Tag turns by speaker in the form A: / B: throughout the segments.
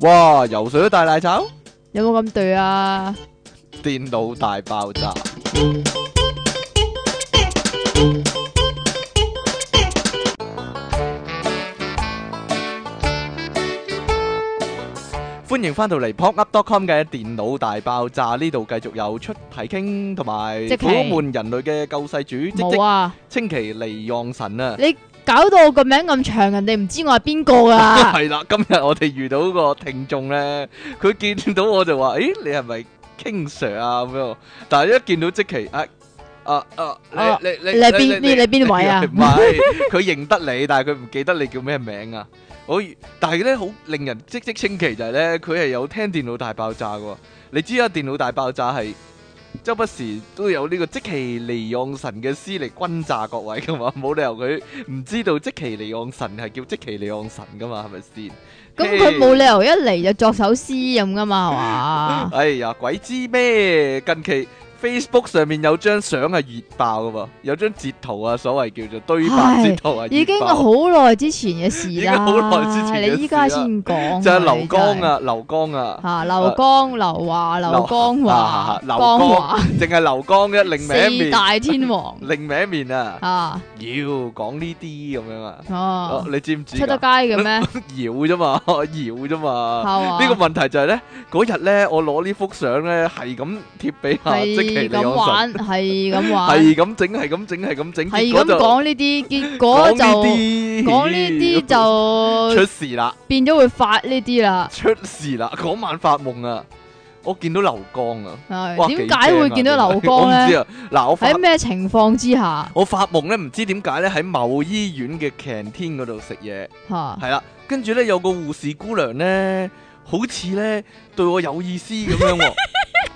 A: 哇！游水都戴奶罩，
B: 有冇咁對啊？
A: 電腦大爆炸。歡迎翻到嚟 popup.com 嘅電腦大爆炸呢度，繼續有出體傾同埋
B: 即期
A: 苦悶人類嘅救世主，即
B: 冇
A: 即
B: 啊！
A: 清奇離讓神啊！
B: 你搞到我個名咁長，人哋唔知我係邊 個啊噶。
A: 系啦，今日我哋遇到個聽眾咧，佢見到我就話：，咦，你係咪 King Sir 啊？咁樣，但係一見到即奇，啊啊啊，
B: 啊
A: 你你
B: 你係邊你係邊位啊
A: 唔係，佢認得你，但係佢唔記得你叫咩名啊？我但係咧，好令人嘖嘖稱奇就係咧，佢係有聽電腦大爆炸嘅喎。你知啊，電腦大爆炸係周不時都有呢個即其離讓神嘅詩嚟轟炸各位噶嘛， 冇理由佢唔知道即其離讓神係叫即其離讓神噶嘛，係咪先？
B: 咁佢冇理由一啊嚟就作首詩咁噶嘛，係 嘛？
A: 哎呀，鬼知咩？近期 Facebook 上面有張相係熱爆噶喎，有張截圖啊，所謂叫做堆白截圖啊，
B: 已經
A: 熱爆
B: 好耐之前嘅事
A: 已經
B: 啦，
A: 好耐之前嘅事啦
B: 你依家先講，
A: 就係
B: 你
A: 劉
B: 真係
A: 江。啊，劉江啊。
B: 吓，劉江、劉華、劉江華、
A: 劉
B: 江華，
A: 淨係劉江嘅另名
B: 四
A: 面，
B: 大 天王
A: 另名面啊，
B: 啊，
A: 妖講呢啲咁樣啊，
B: 哦
A: 哦，你知唔知
B: 出
A: 㗎？
B: 得街嘅 咩？
A: 搖啫嘛，搖啫嘛。
B: 係嘛？
A: 呢個問題就係咧，嗰日咧我攞呢幅相咧係咁貼俾阿啊即其李
B: 係咁
A: 安
B: 玩，係咁 玩，
A: 神，係啊咁整，係咁整，係咁整，
B: 係
A: 結果
B: 咁
A: 就
B: 講呢啲，結果就
A: 講呢啲，
B: 講呢啲就
A: 出事啦，
B: 變咗會發呢啲啦。
A: 出事啦！嗰晚發夢啊，我見到劉江啊，
B: 唉
A: 哇
B: 點解會見到
A: 幾正
B: 劉
A: 啊
B: 江
A: 我唔知
B: 咧？
A: 啊，嗱我發
B: 喺咩情況之下
A: 我發夢咧，唔知點解咧喺某醫院嘅 canteen 嗰度食嘢。
B: 吓？
A: 系啦，跟住咧有個護士姑娘咧，好似咧對我有意思咁樣 喎，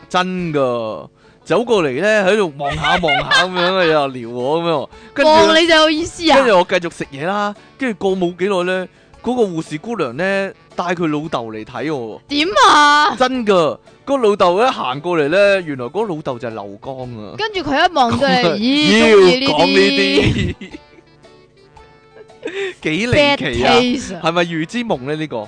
A: 真噶，走過嚟咧喺度望下望下咁樣，又撩我咁樣喎，跟
B: 望
A: 住
B: 你就有意思
A: 跟
B: 啊！
A: 住我繼續食嘢啦，跟住過冇幾耐咧，嗰、個護士姑娘咧帶佢老豆嚟睇我
B: 點啊
A: 喎，？真噶，個老豆咧行過嚟咧，原來嗰個老豆就係劉江啊。
B: 跟住佢一望到 你，
A: 要
B: 咦，中意呢
A: 講
B: 啲
A: 呢 啲，幾離
B: bad
A: 奇啊！
B: taste 啊
A: 系咪預知夢咧？呢、個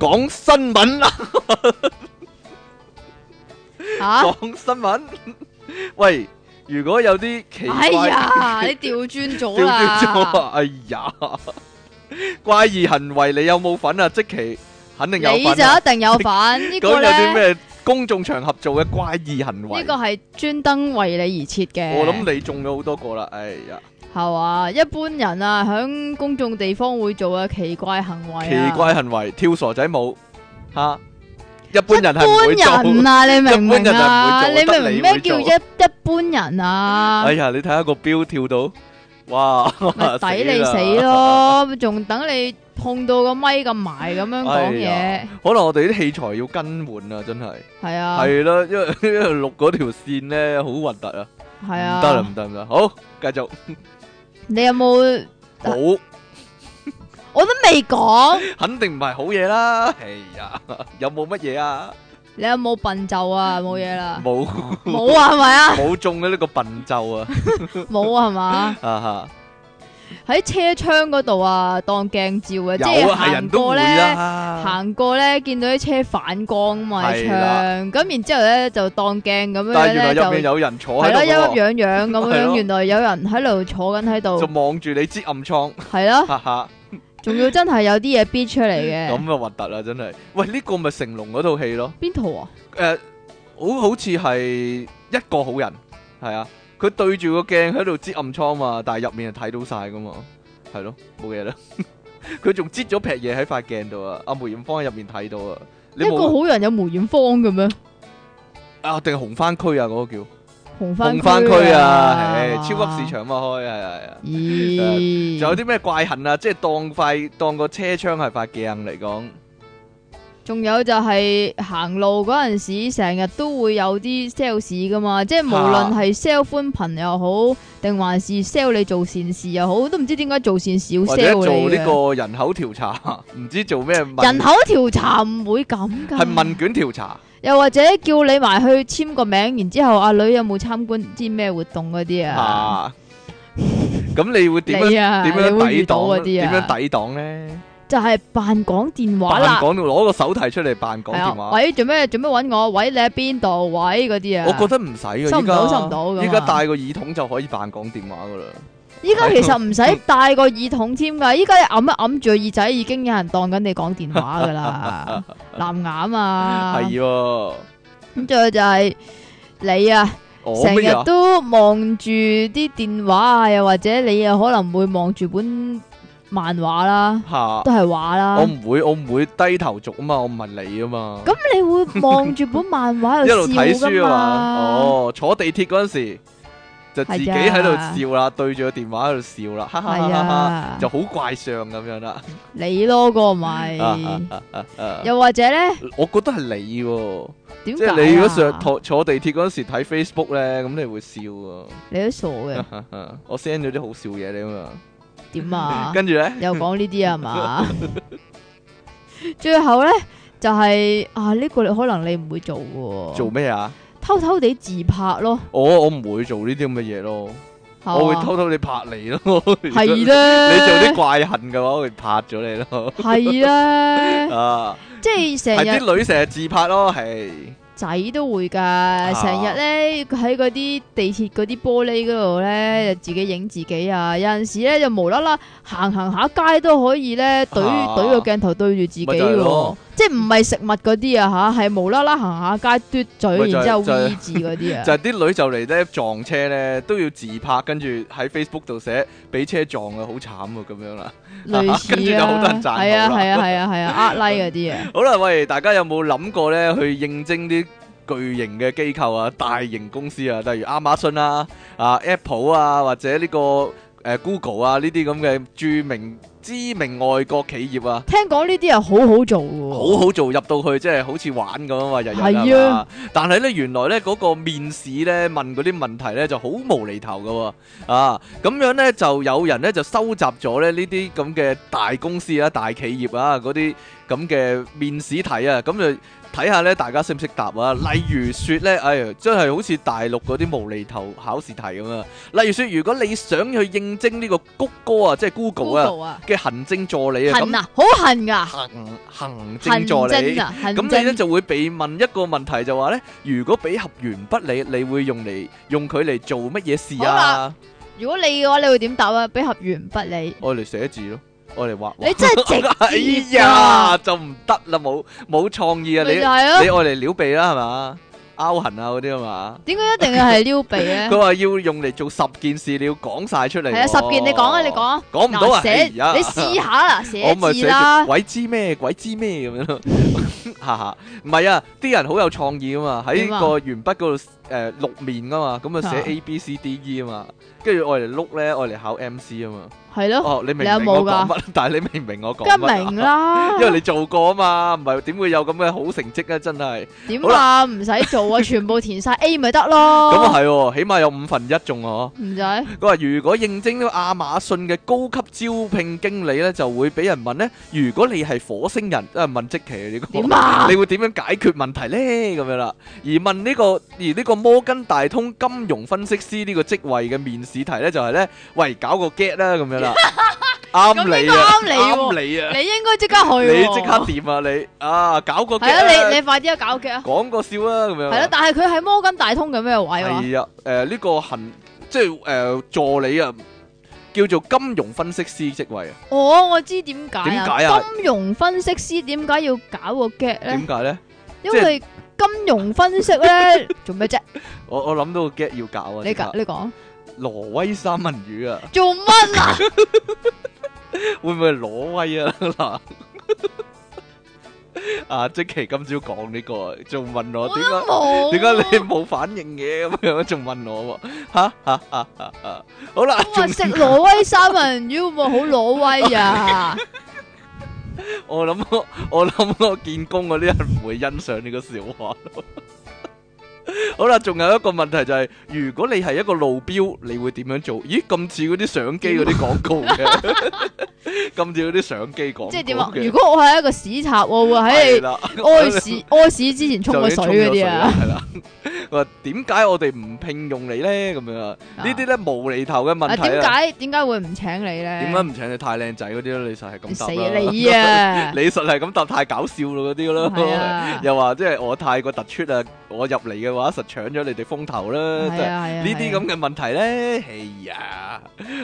A: 講新聞啦，
B: 吓？
A: 講新聞。喂，如果有啲奇怪，
B: 哎呀，你調
A: 調
B: 轉咗
A: 轉咗
B: 啦，
A: 啊！哎呀，怪異行為你有冇份啊？即其肯定有
B: 你就
A: 份、啊。
B: 一定有份。呢
A: 咁有
B: 個
A: 啲
B: 咧，
A: 咩公眾場合做嘅怪異行為？
B: 呢個係專登為你而設嘅。
A: 我諗你中咗好多個啦。哎呀，
B: 係嘛？一般人啊，喺公眾地方會做嘅奇怪行為
A: 奇
B: 啊
A: 怪行為，跳傻仔舞，吓，一
B: 一
A: 般人係唔會做。
B: 般人啊，你
A: 一
B: 明唔
A: 般
B: 明
A: 人
B: 啊？
A: 係唔會
B: 你
A: 做
B: 明唔
A: 得你會
B: 明咩
A: 做
B: 叫一一般人啊
A: 哎？呀，你睇下個表跳到，哇！
B: 咪抵你
A: 啦
B: 死咯，仲等你碰到個咪咁埋咁樣講嘢，
A: 可能我哋啲器材要更換啊，真係
B: 係啊，
A: 係啦，因為 因為錄嗰條線咧好核突啊，唔
B: 係
A: 得啦
B: 啊
A: 唔，得唔得，好繼續
B: 你有冇？
A: 冇，
B: 我都未講，
A: 肯定唔係好嘢啦，哎呀，有冇乜嘢啊？
B: 你有冇笨咒啊？冇嘢啦，
A: 冇
B: 冇啊，係咪啊？
A: 冇中嘅呢個笨咒啊，
B: 冇啊，係嘛？
A: 啊哈，
B: 喺車窗嗰度啊，當鏡照啊，即
A: 有
B: 係
A: 啊，係
B: 行
A: 人都
B: 過
A: 會
B: 咧。
A: 啦，
B: 行過咧，見到啲車反光啊嘛，
A: 啊係
B: 啲
A: 啦
B: 窗咁，然之後咧就當鏡咁
A: 但係原
B: 樣
A: 來
B: 咧
A: 入
B: 就
A: 面有人坐
B: 係
A: 喺
B: 啦，
A: 度
B: 一
A: 喎，
B: 樣樣咁
A: 係咯
B: 樣，原來有人喺度坐緊喺
A: 就
B: 度，
A: 望住你支暗瘡，
B: 係啦，
A: 哈哈，
B: 仲要真係有啲嘢逼出嚟嘅。
A: 咁就核突啦，真係。喂，呢個咪成龍嗰套戲咯。
B: 邊套啊？
A: 诶、好好似係一個好人，係啊，佢對住個鏡喺度擠暗瘡嘛，但係入面係睇到晒噶嘛，係咯，冇嘢啦。 佢仲擠咗劈嘢喺塊鏡度啊，阿梅艷芳喺入面睇到啊，你
B: 一個
A: 冇
B: 好人有梅艷芳嘅咩？
A: 啊？定係紅番區啊？嗰、個叫
B: 紅番
A: 紅番區啊，唉，
B: 係
A: 超級市。場嘛開，係啊係啊。
B: 咦？
A: 仲有啲咩怪恨啊？即係當塊當個車窗係塊鏡嚟講，
B: 仲有就係行路嗰陣時，成日都會有啲 sales 噶嘛，即係無論係 sell 寬頻又好，定還是 sell 你做善事又好，都唔知點解做善事要
A: 或者
B: sell
A: 做
B: 你
A: 呢
B: 嘅。
A: 個人口調查， 唔知做咩問
B: 人口調查唔會咁噶。
A: 係問卷調查。
B: 又或者叫你埋去簽個名，然之後阿女有冇參觀啲咩活動嗰啲啊？
A: 啊！咁你會點樣
B: 你啊，
A: 點
B: 你
A: 樣
B: 會
A: 抵
B: 遇到嗰
A: 擋？
B: 啲
A: 點樣
B: 啊？
A: 抵擋咧？
B: 就就係扮講電話
A: 扮
B: 啦。
A: 講攞個手提出嚟扮講
B: 係啊
A: 電話。
B: 喂，做咩做咩揾我？喂，你喺邊度？喂，嗰啲啊。
A: 我覺得唔使嘅，
B: 收唔到
A: 依家
B: 收唔到㗎嘛
A: 依家帶個耳筒就可以扮講電話噶啦。
B: 依家其實唔使戴個耳筒添㗎，依家你揞一揞住個耳仔，已經有人當緊你講電話㗎 啦，藍牙啊嘛。
A: 係啊喎，
B: 咁仲有就係你啊，
A: 我
B: 成
A: 咩
B: 日
A: 啊？
B: 都望住啲電話啊，又或者你啊可能會望住本漫畫啦，
A: 嚇！
B: 都係畫啦
A: 我。唔會，我唔會低頭族啊嘛，我唔係你啊嘛。
B: 咁你會望住本漫畫
A: 一路
B: 喺
A: 睇
B: 度笑
A: 書
B: 㗎
A: 啊
B: 嘛
A: 嘛。？哦，坐地鐵嗰陣時就自己喺度笑啦，對住個電話喺度笑啦，哈哈哈
B: 係
A: 哈哈，
B: 啊，
A: 就好怪相咁樣 啦。
B: 你咯，嗰個咪。
A: 啊誒
B: 又或者咧，
A: 我覺得係你喎，
B: 點
A: 即
B: 解
A: 係你如果
B: 啊
A: 上坐坐地鐵嗰陣時睇 Facebook 咧，咁你會笑喎。
B: 你都 傻嘅，
A: 我 send 咗啲好笑嘢你啊
B: 點
A: 嘛，
B: 啊？
A: 跟住咧
B: 又講呢啲啊係嘛？ 最後咧就係、啊呢、個你可能你唔會做嘅，
A: 做咩啊？
B: 偷偷地自拍咯，
A: 我我唔會做呢啲咁嘅嘢咯，
B: 係
A: 我會
B: 嘛
A: 偷偷地拍你咯。 如果
B: 哦係
A: 你做
B: 咧，
A: 啲怪恨嘅話，我會拍咗你咯。
B: 係 咧，
A: 啊，
B: 即係
A: 係
B: 成日
A: 啲女成日自拍咯，係。
B: 仔都會
A: 啊
B: 㗎，成日咧喺嗰啲地鐵嗰啲玻璃嗰度
A: 嗯
B: 咧，就自己影自己啊，有陣時咧就無啦啦行行下街都可以咧，懟
A: 啊
B: 懟個鏡頭對住自己
A: 咪就係
B: 喎
A: 咯。
B: 即係唔係食物嗰啲啊吓，係無啦啦行下街嘟
A: 咪
B: 嘴，
A: 就係
B: 然之後
A: 就係
B: V 字嗰啲 啊
A: 就。係啲女就嚟咧撞車咧，都要自拍，跟住喺 Facebook 度寫俾車撞啊，好慘啊咁樣啦。
B: 類似啊，
A: 跟住就好多人贊好啦嗯
B: 係啊係啊係啊係啊，呃 like 嗰啲啊，
A: 好啦，喂，大家有冇諗過咧去應徵啲巨型嘅機構啊、大型公司啊，例如亞馬遜啦、啊 Apple 啊，或者呢、個誒、呃 Google 啊呢啲咁嘅著名知名外國企業啊？
B: 聽講呢啲係好好做嘅
A: 好
B: 喎，
A: 好做入啊到去，即係好似玩咁啊嘛，日日
B: 係啊
A: 係嘛但係咧，原來咧嗰、個面試咧問嗰啲問題咧就好無厘頭噶喎，啊咁樣咧就有人咧就收集咗咧呢啲咁嘅大公司啊、大企業啊嗰啲咁嘅面試題啊，咁就睇下咧大家識唔識答啊。例如説咧，哎呀，真係好似大陸嗰啲無厘頭考試題咁啊。例如説，如果你想去應徵呢個谷歌啊，即係 Google 啊
B: Google 啊，
A: 嘅行政助理啊，咁
B: 痕啊，好痕噶，
A: 行行政
B: 痕
A: 助理
B: 真。啊，
A: 咁
B: 痕
A: 你咧
B: 真，
A: 就會被問一個問題，就話咧，如果俾盒鉛筆你，你會用嚟用佢嚟做乜嘢事
B: 好
A: 啊
B: 啦？如果你嘅話，你會點答啊？俾盒鉛筆你，
A: 我嚟寫字咯，我嚟 畫畫。
B: 你真係
A: 哎
B: 直接
A: 呀，
B: 啊，
A: 就唔得啦，冇冇創意啊！你
B: 咪就
A: 你
B: 係咯，
A: 愛嚟撩鼻啦，係嘛？拗痕啊嗰啲啊嘛。
B: 點解一定要係撩鼻 咧
A: 佢？話要用嚟做十件事，你要講晒出嚟喎。
B: 係啊，十件你講啊，你講啊，
A: 講唔到啊
B: 嗱寫
A: 哎呀
B: 你試下 啦，寫
A: 我咪
B: 字
A: 寫
B: 啦
A: 住，鬼知咩，鬼知咩咁樣咯， 哈哈，唔係啊，啲人好有創意啊嘛，喺
B: 點啊
A: 個鉛筆嗰度誒六面噶嘛，咁啊寫
B: 啊
A: A B C D E 啊嘛，跟住我嚟碌咧，我嚟考 M C 啊嘛，
B: 係咯，
A: 哦，你明
B: 你有
A: 唔明
B: 冇
A: 我
B: 㗎
A: 講乜？ 但係你明唔明我講
B: 梗係
A: 乜啊？
B: 明啦，
A: 因為你做過啊嘛，唔係點會有咁嘅好成績啊？真係，
B: 點
A: 好
B: 啊？唔使 做啊，全部填晒 A 咪得
A: 咁啊
B: 咯，
A: 係喎，起碼有五分一中啊！
B: 唔使。
A: 佢話：如果應徵呢個亞馬遜嘅高級招聘經理咧，就會俾人問咧：如果你係火星人，啊問即期呢個，
B: 點啊
A: 你會點樣解決問題咧？咁樣啦，而問呢、個而呢個摩根大通金融分析師呢個職位嘅面試題咧，就係、咧，喂搞個 get 啦咁樣 啦，啱你啊，
B: 咁應該啱你
A: 啱你啊，
B: 你應該即刻去
A: 你
B: 喎，
A: 即刻掂啊你啊，搞個 get
B: 係啊！
A: 你
B: 你你快啲啊，搞嘅啊！
A: 講個笑啊咁樣
B: 係
A: 啊
B: 咯，。但係佢喺摩根大通嘅咩位喎？
A: 係啊，誒、呢、個行即係誒、助理啊，叫做金融分析師職位啊。
B: 哦，我知點解
A: 點
B: 啊？
A: 解啊
B: 金融分析師點解要搞個 get 咧
A: 點？解咧？
B: 因為金融分析 咧做咩啫？
A: 我我諗到個 get 要搞啊！
B: 你
A: 即刻
B: 搞你講
A: 挪威三文魚啊，
B: 做乜啊？
A: 會唔會係挪威啊？嗱， 啊，即奇今朝講呢個，仲問我
B: 我
A: 點
B: 都
A: 解？
B: 冇。
A: 點解你冇反應嘅咁樣？仲問我喎，嚇嚇嚇嚇嚇！好啦，
B: 我話食挪威三文魚會唔會好 挪威啊？
A: 我諗我我諗我見工嗰啲人唔會欣賞呢個笑話 咯。好啦，仲有一個問題就係、如果你係一個路標，你會點樣做？咦，咁似嗰啲相機嗰啲廣告嘅， 咁似嗰啲相機廣告
B: 即係點啊？
A: 嘅
B: 如果我係一個屎塔，我會喺
A: 係啦
B: 你屙屎屙屎之前沖個水嗰啲啊！
A: 就已經沖咗水啦係啦， 佢話點解我哋唔聘用你咧？咁樣啊，呢啲咧無厘頭嘅問
B: 啊，
A: 題
B: 點
A: 啊，
B: 解點解會唔請你咧？
A: 點解唔請你太靚仔嗰啲咧？你實係咁
B: 你
A: 答
B: 死
A: 啦，
B: 你啊！
A: 你實係咁答太搞笑咯嗰啲
B: 係
A: 咯，
B: 啊，
A: 又話即係我太過突出啊，我入嚟嘅話實搶咗你哋風頭啦，真
B: 係
A: 係。
B: 啊，係啊，
A: 呢啲咁嘅問題呢，哎呀，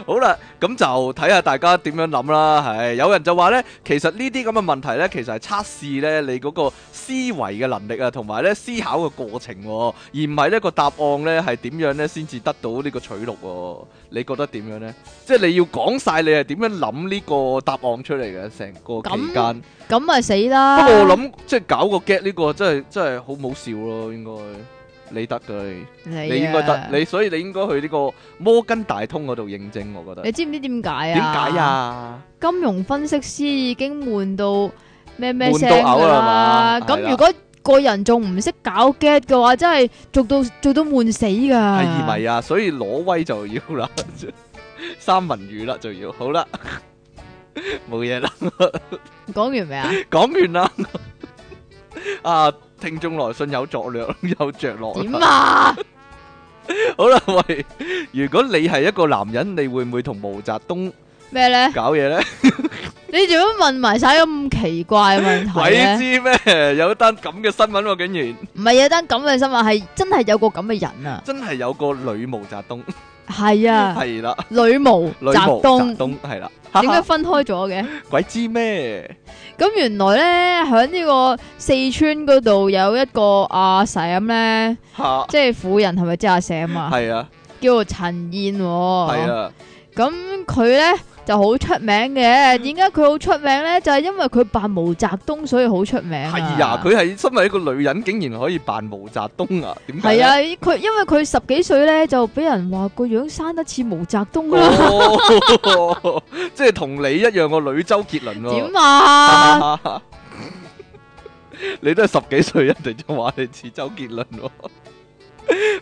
A: 好啦，咁就睇下大家點樣諗啦。係有人就話呢，其實呢啲咁嘅問題呢，其實係測試呢你嗰個思維嘅能力啊，同埋呢思考嘅過程喎、而唔係呢個答案呢係點樣呢先至得到呢個取錄喎、你覺得點樣呢？即係你要講晒你係點樣諗呢個答案出嚟嘅成個期間。
B: 咁咪死啦！
A: 不過我諗即係搞個 get 呢個真係真係好冇笑咯，應該你得㗎你。
B: 你
A: 你應該
B: 啊
A: 得你，所以你應該去呢個摩根大通嗰度認證，我覺得
B: 你。知唔知點解
A: 點
B: 啊？
A: 解？啊？
B: 金融分析師已經悶到咩咩聲
A: 悶到
B: 㗎
A: 嘔
B: 啦
A: 啦，係嘛係
B: 咁
A: 啦
B: 如果個人仲唔識搞 get 嘅話，真係做到做到悶死㗎。
A: 係咪啊？所以挪威就要啦， 三文魚啦就要，好啦， 冇嘢啦，
B: 講完 未啊？
A: 講完啦。啊，聽眾來信有作略， 有着落啦。
B: 點啊？
A: 好啦，喂，如果你係一個男人，你會唔會同毛澤東
B: 咩咧？
A: 搞嘢咧？
B: 你做乜問埋晒咁奇怪嘅問 題
A: 鬼
B: 咧？
A: 知咩？有單咁嘅新聞喎，竟然
B: 唔係有單咁嘅新聞，係真係有個咁嘅 人啊！
A: 真係有個女毛澤東，
B: 係啊，
A: 係啦。
B: 女巫
A: 女毛
B: 澤
A: 澤
B: 東，
A: 東係啦，
B: 點解分開咗嘅？
A: 鬼知咩？
B: 咁原來咧，喺呢個四川嗰度有一個阿 Sam 咧，
A: 吓
B: 即係婦人係咪即係阿 Sam 啊？
A: 係啊，
B: 叫做陳燕喎、
A: 係啊，
B: 咁佢咧就好出名嘅。
A: 嗯
B: 點解佢好出名咧？就係、因為佢扮毛澤東，所以好出名啊。
A: 係啊！佢係身為一個女人，竟然可以扮毛澤東啊？點解
B: 係
A: 咧？
B: 啊，佢因為佢十幾歲咧就俾人話個樣生得似毛澤東啊啦。
A: 哦，即係同你一樣個女周杰倫
B: 點
A: 喎。
B: 啊？
A: 你都係十幾歲，人哋就話你似周杰倫喎。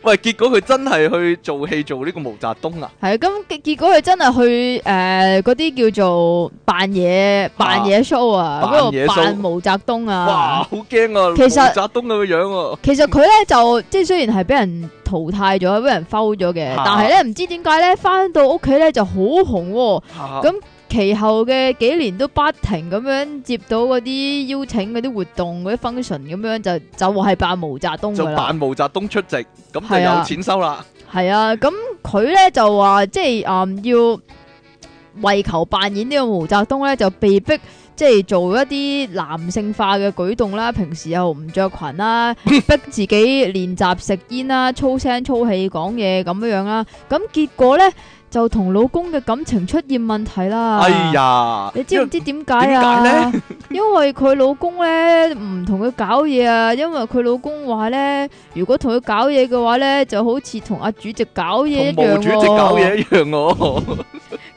A: 喂，結果佢真係去做戲做呢個毛澤東啊？
B: 係咁結結果佢真係去誒嗰啲叫做扮嘢扮嘢 show 啊，
A: 扮
B: 嗰
A: 嘢
B: 度
A: show
B: 扮毛澤東
A: 哇，
B: 啊。
A: 好驚啊！
B: Ờ. 其實
A: 毛澤東咁嘅樣喎。
B: 其實佢咧就即係雖然係俾人淘汰咗，俾人 foul 咗嘅，
A: 啊
B: 但係咧唔知點解咧翻到屋企咧就好紅喎。
A: 嚇
B: 咁其後嘅幾年都不停咁樣接到嗰啲邀請、嗰啲活動、嗰啲 function 咁樣就就係扮毛澤東
A: 就
B: 噶啦。
A: 扮毛澤東出席，咁就
B: 係啊
A: 有錢收啦。
B: 係啊，咁佢咧就話即係嗯要為求扮演呢個毛澤東咧，就被逼即係做一啲男性化嘅舉動啦。平時又唔着裙 啦，逼自己練習食煙啦，粗聲粗氣講嘢咁樣樣啦。咁結果咧就同老公嘅感情出現問題啦。
A: 哎呀，
B: 你知
A: 因
B: 唔知點解啊？因為佢老公咧唔同佢搞嘢啊，因為佢老公話咧，如果同佢搞嘢嘅話咧，就好似同阿主席搞嘢一
A: 同
B: 樣、
A: 毛主席搞嘢。一樣喎，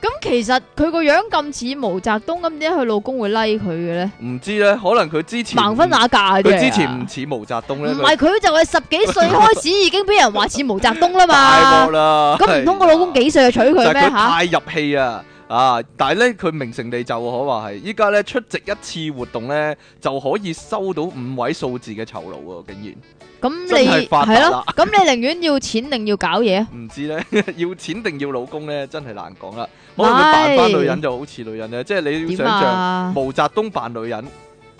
B: 咁其實佢個樣咁似毛澤東，咁點解佢老公會拉佢嘅咧？
A: 唔知咧，可能佢之前
B: 盲婚啞嫁嘅啫。
A: 佢之前唔似毛澤東咧，
B: 唔
A: 佢
B: 係佢就係十幾歲開始已經俾人話似毛澤東 啦
A: 大鑊
B: 嘛。
A: 啦。
B: 咁唔通個老公幾歲就娶
A: 就
B: 佢
A: 係
B: 咩
A: 佢
B: 吓？
A: 太入戲啊！啊！但係咧，佢名成利就可話係，依家咧出席一次活動咧，就可以收到五位數字嘅酬勞喎，竟
B: 咁
A: 真
B: 你
A: 係發達
B: 係咯
A: 啦？
B: 咁你寧願要錢定要搞嘢？
A: 然唔知咧 要錢定要老公咧，真係難講啦。可能佢扮翻女人就好似女人咧，即係你要
B: 點
A: 想象
B: 啊？
A: 毛澤東扮女人，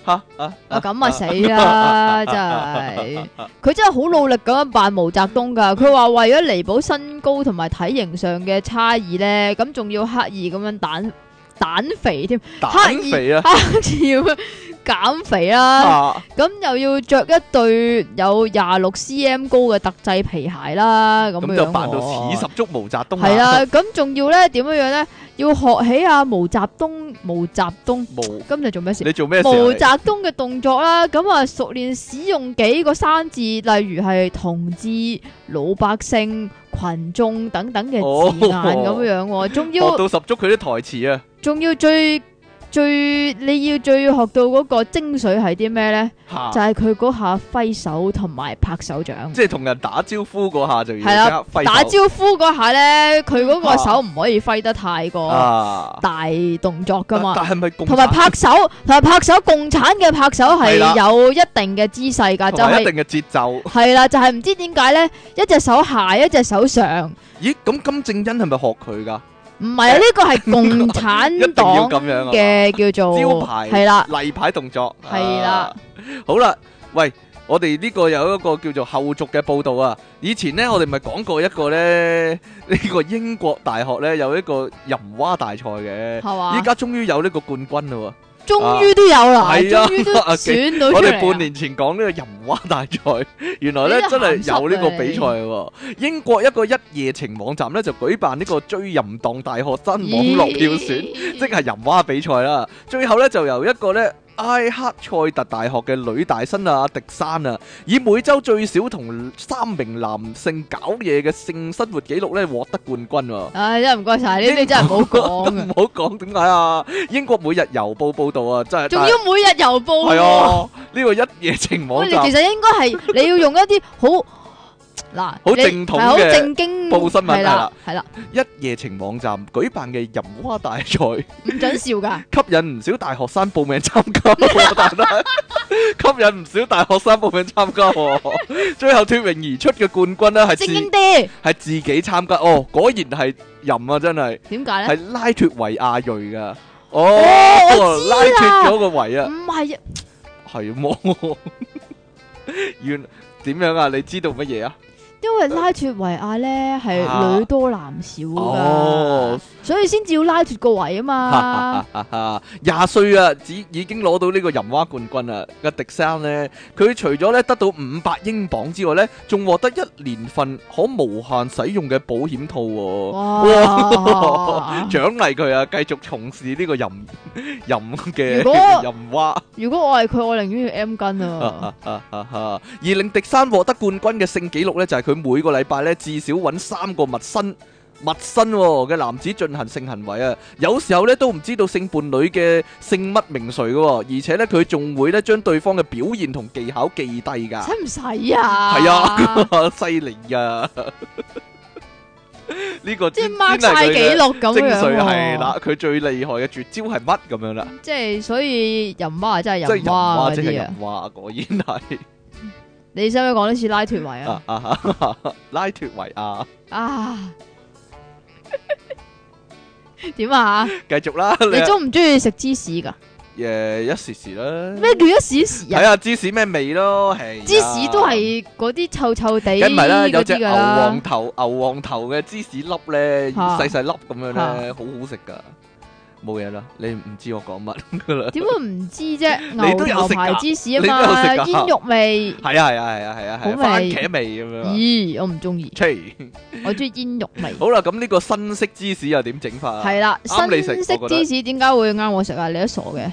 A: 吓啊
B: 啊咁啊死啦！真係，佢真係好努力咁樣扮毛澤東噶。佢話為咗彌補身高同埋體型上嘅差異咧，咁仲要刻意咁樣蛋蛋肥添，刻
A: 蛋
B: 意
A: 肥啊！
B: 刻意咁樣減肥啦。
A: 啊
B: 咁又要着一對有廿六 cm 高嘅特製皮鞋啦，咁
A: 咁
B: 樣
A: 就扮到
B: 喎
A: 似十足毛澤東啊
B: 係啦，咁仲要咧點樣樣咧？要學起阿毛澤東，毛澤東，
A: 毛，
B: 咁你做咩事？
A: 你做咩事
B: 毛
A: 啊？
B: 澤東嘅動作啦，咁啊熟練使用幾個生字，例如係同志、老百姓、群眾等等嘅字眼
A: 哦
B: 咁樣樣喎，仲
A: 你學
B: 要
A: 到十足佢啲台詞啊！
B: 仲要最最你要最要學到嗰個精髓係啲咩咧？
A: 嚇
B: 就係佢嗰下揮手同埋拍手掌。
A: 啊即係同人打招呼嗰下就要
B: 係啦
A: 即刻揮
B: 打
A: 手
B: 招呼嗰下咧，佢嗰個手唔可以揮得太過
A: 啊，
B: 大動作噶嘛。
A: 但係咪共
B: 啊同埋
A: 產
B: 拍手，同埋拍手，共產嘅拍手
A: 係
B: 係
A: 啦
B: 有一定嘅姿勢㗎，
A: 同
B: 就
A: 埋一
B: 係
A: 定嘅節奏？
B: 係啦，就係唔知點解咧，一隻手下，一隻手上，
A: 咦，咁金正恩係咪學佢㗎？
B: 唔係啊，呢個係共
A: 一
B: 產
A: 定要
B: 黨
A: 咁樣啊！
B: 嘅叫做
A: 招牌
B: 係啦，
A: 例牌動作
B: 係啦
A: 啊好啦，喂，我哋呢個有一個叫做後續嘅報導啊。以前呢，我哋咪講過一個呢， 呢、個英國大學呢，有一個淫蛙大賽嘅，
B: 係
A: 依
B: 嘛？
A: 家終於有呢個冠軍啦
B: 終啊於都有啦，
A: 係啊
B: 終於都選到
A: 喎！
B: 出
A: 我
B: 嚟啊
A: 哋半
B: 啦。
A: 年前講呢個淫蛙大賽， 原來呢
B: 呢啲
A: 真係有呢個
B: 鹹濕啊
A: 比賽喎。英國一個一夜情網站呢，就舉辦呢個追淫當大學生網絡票選。
B: 咦
A: 即係淫蛙比賽啦。最後咧就由一個咧埃克塞特大學嘅女大生啊迪珊啊，以每周最少同三名男性搞嘢嘅性生活記錄咧獲得冠軍喎、
B: 唉，真係唔該晒，呢啲真係唔好講
A: 唔
B: 啊！
A: 好講點解啊！英國每日郵報報導啊，真係
B: 仲要每日郵報
A: 係
B: 喎。
A: 啊！呢個一夜情
B: 喂，
A: 網
B: 你
A: 站
B: 其實應該係你要用一啲好嗱，
A: 好
B: 你
A: 正統
B: 係好
A: 嘅
B: 正經
A: 報新聞
B: 係
A: 係啦
B: 啦，係啦，
A: 一夜情網站舉辦嘅淫蛙大賽。
B: 唔准笑 㗎。
A: 吸引唔少大學生報名參加喎， 但係吸引唔少大學生報名參加喎。最後脱穎而出嘅冠軍咧係自
B: 正經啲，
A: 係自己參加，哦，果然係淫啊，真係
B: 點解咧？
A: 係拉脱維亞裔噶，哦，
B: 哦我知
A: 拉
B: 啦
A: 脱咗個維啊，
B: 唔係啊，
A: 係麼？ 原點樣啊？你知道乜嘢啊？
B: 因為拉脱維亞咧
A: 啊
B: 係女多男少
A: 哦
B: 㗎，所以先至要拉脱個位啊 嘛。
A: 廿歲啊，只已經攞到呢個淫蛙冠軍啦。阿迪生呢，佢除咗咧得到五百英鎊之外呢，仲獲得一年份可無限使用嘅保險套喎、
B: 哇！
A: 獎勵佢啊，繼續從事呢個淫淫
B: 如
A: 嘅
B: 果
A: 淫蛙。
B: 如果我係佢，我寧願要 M 巾 啊
A: 啊！啊啊啊而令迪山獲得冠軍嘅性紀錄呢，就係佢每個禮拜呢至少揾三個陌生陌生喎嘅男子進行性行為啊，有時候呢都唔知道性伴侶嘅姓乜名誰嘅喎，而且呢，佢仲會呢將對方嘅表現同技巧記低㗎。
B: 使唔使啊？
A: 係 啊，犀利啊！呢個
B: 即
A: 先
B: 係 mark
A: 先係
B: 晒
A: 佢嘅
B: 記錄咁
A: 精
B: 樣
A: 髓
B: 喎
A: 係啦，，佢最厲害嘅絕招係乜咁樣啦？
B: 即係所以人蛙真
A: 即
B: 係
A: 係
B: 人
A: 人蛙，
B: 蛙嗰
A: 即係
B: 啲啊
A: 人！蛙，果然係。
B: 你使唔使講多次拉脱維啊
A: 啊？ 啊！拉脱維亞，
B: 啊！ 點啊？
A: 繼續啦，
B: 你
A: 你
B: 中唔中意食芝士㗎？
A: 誒一時時啦，
B: 咩叫一時時
A: 睇
B: 啊？
A: 下芝士咩味咯，係啊
B: 芝士都，係嗰啲臭臭地
A: 梗唔係啦，有
B: 嗰
A: 隻
B: 啲
A: 牛
B: 㗎啦
A: 黃。頭牛黃頭嘅芝士粒咧，
B: 啊
A: 細細粒咁樣咧，好好食噶，冇嘢啦，你唔知我講乜噶啦，
B: 點會唔知啫？
A: 你都
B: 牛
A: 有
B: 頭
A: 食㗎
B: 牌芝士啊
A: 你都有食
B: 嘛，
A: 㗎
B: 煙肉味。
A: 係啊係啊係啊係啊係啊，
B: 好
A: 番
B: 味
A: 茄味咁樣啊，
B: 咦，我唔中意，
A: 切，
B: 我中意煙肉 味。
A: 好啦，咁呢個新式芝士又點整法啊？
B: 係啦，
A: 啱你
B: 新
A: 食
B: 式
A: 我覺得
B: 芝士點解會啱我食啊？你都傻嘅。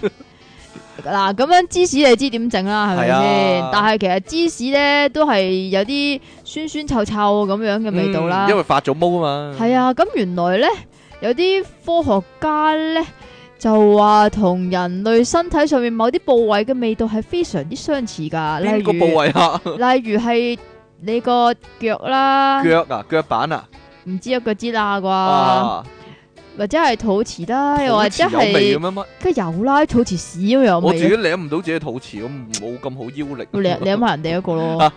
B: 嗱，咁樣芝士你知點整啦，係咪
A: 係啊
B: 先？但係其實芝士咧都係有啲酸酸臭臭咁樣嘅
A: 嗯
B: 味道啦。
A: 因為發咗毛啊嘛，
B: 係啊，咁原來咧有啲科學家咧就話同人類身體上面某啲部位嘅味道係非常之相似㗎，例
A: 邊
B: 如
A: 個部位啊？
B: 例如係你個腳啦，
A: 腳啊，腳板啊，
B: 唔知一個支啦啩，
A: 哇，
B: 或者係肚臍啦，又
A: 好
B: 或
A: 似
B: 者
A: 有味
B: 啊哎係
A: 咁樣啊乜？
B: 梗係有啦，肚臍屎咁有
A: 我自己
B: 味啊。
A: 舐唔到自己肚臍，咁冇咁好腰力。
B: 你你諗下人哋一個咯，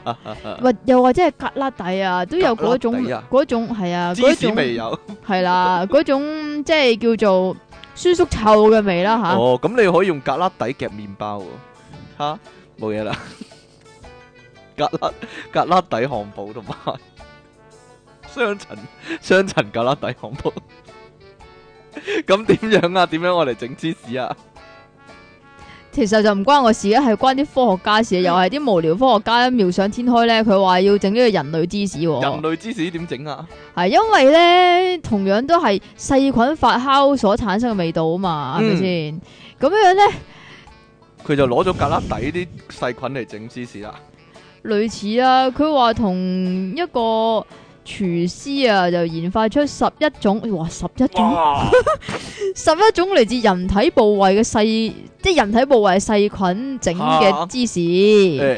B: 或又或者係格拉底啊，都有嗰種
A: 格拉底啊
B: 嗰種係啊，
A: 芝
B: 嗰
A: 士
B: 種
A: 味有，
B: 係啦，嗰種即係叫做酸叔臭嘅味啦吓。
A: 哦，咁你可以用格拉底夾麵包喎，吓冇嘢啦， 格拉格拉底漢堡同埋 雙層雙層格拉底漢堡， 咁點樣啊？點樣我嚟整芝士啊？
B: 其實就唔關我事嘅，係關啲科學家事啊
A: 嗯
B: 嘅，又係啲無聊科學家妙想天開咧。佢話要整呢個人類芝士喎，
A: 人類芝士點整啊？
B: 係因為咧，同樣都係細菌發酵所產生嘅味道啊嘛，係咪
A: 嗯
B: 先？咁樣咧，
A: 佢就攞咗格拉底啲細菌嚟整芝士啦。
B: 啊類似啦，佢話同一個廚師啊就研發出十一種，哇十一種
A: 哇！
B: 十一種嚟自人體部位嘅細，即係人體部位細菌整嘅芝士。
A: 誒
B: 咁
A: 誒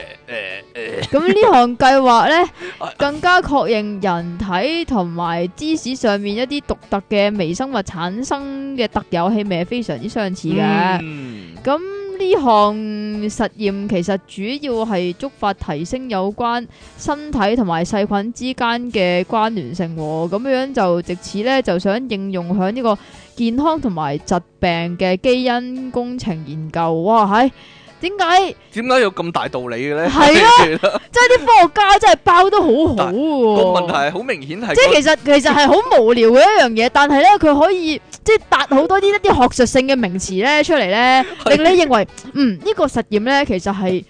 A: 誒，
B: 呢項計劃呢
A: 哎呀，
B: 更加確認人體同埋芝士上面一啲獨特嘅微生物產生嘅特有氣味係非常之相似嘅。
A: 嗯
B: 咁呢項實驗其實主要係觸發提升有關身體同埋細菌之間嘅關聯性喎，咁樣就藉此呢，就想應用喺呢個健康同埋疾病嘅基因工程研究。哇，係點解？
A: 點解有咁大道理嘅咧？
B: 係
A: 啊，
B: 即係啲科學家真係包得好好
A: 個
B: 喎。
A: 問題係好明顯係
B: 哦即係其實其實係好無聊嘅一樣嘢，但係咧佢可以即係搭好多啲一啲學術性嘅名詞咧出嚟咧，
A: 係
B: 令你認為嗯呢、個實驗咧其實係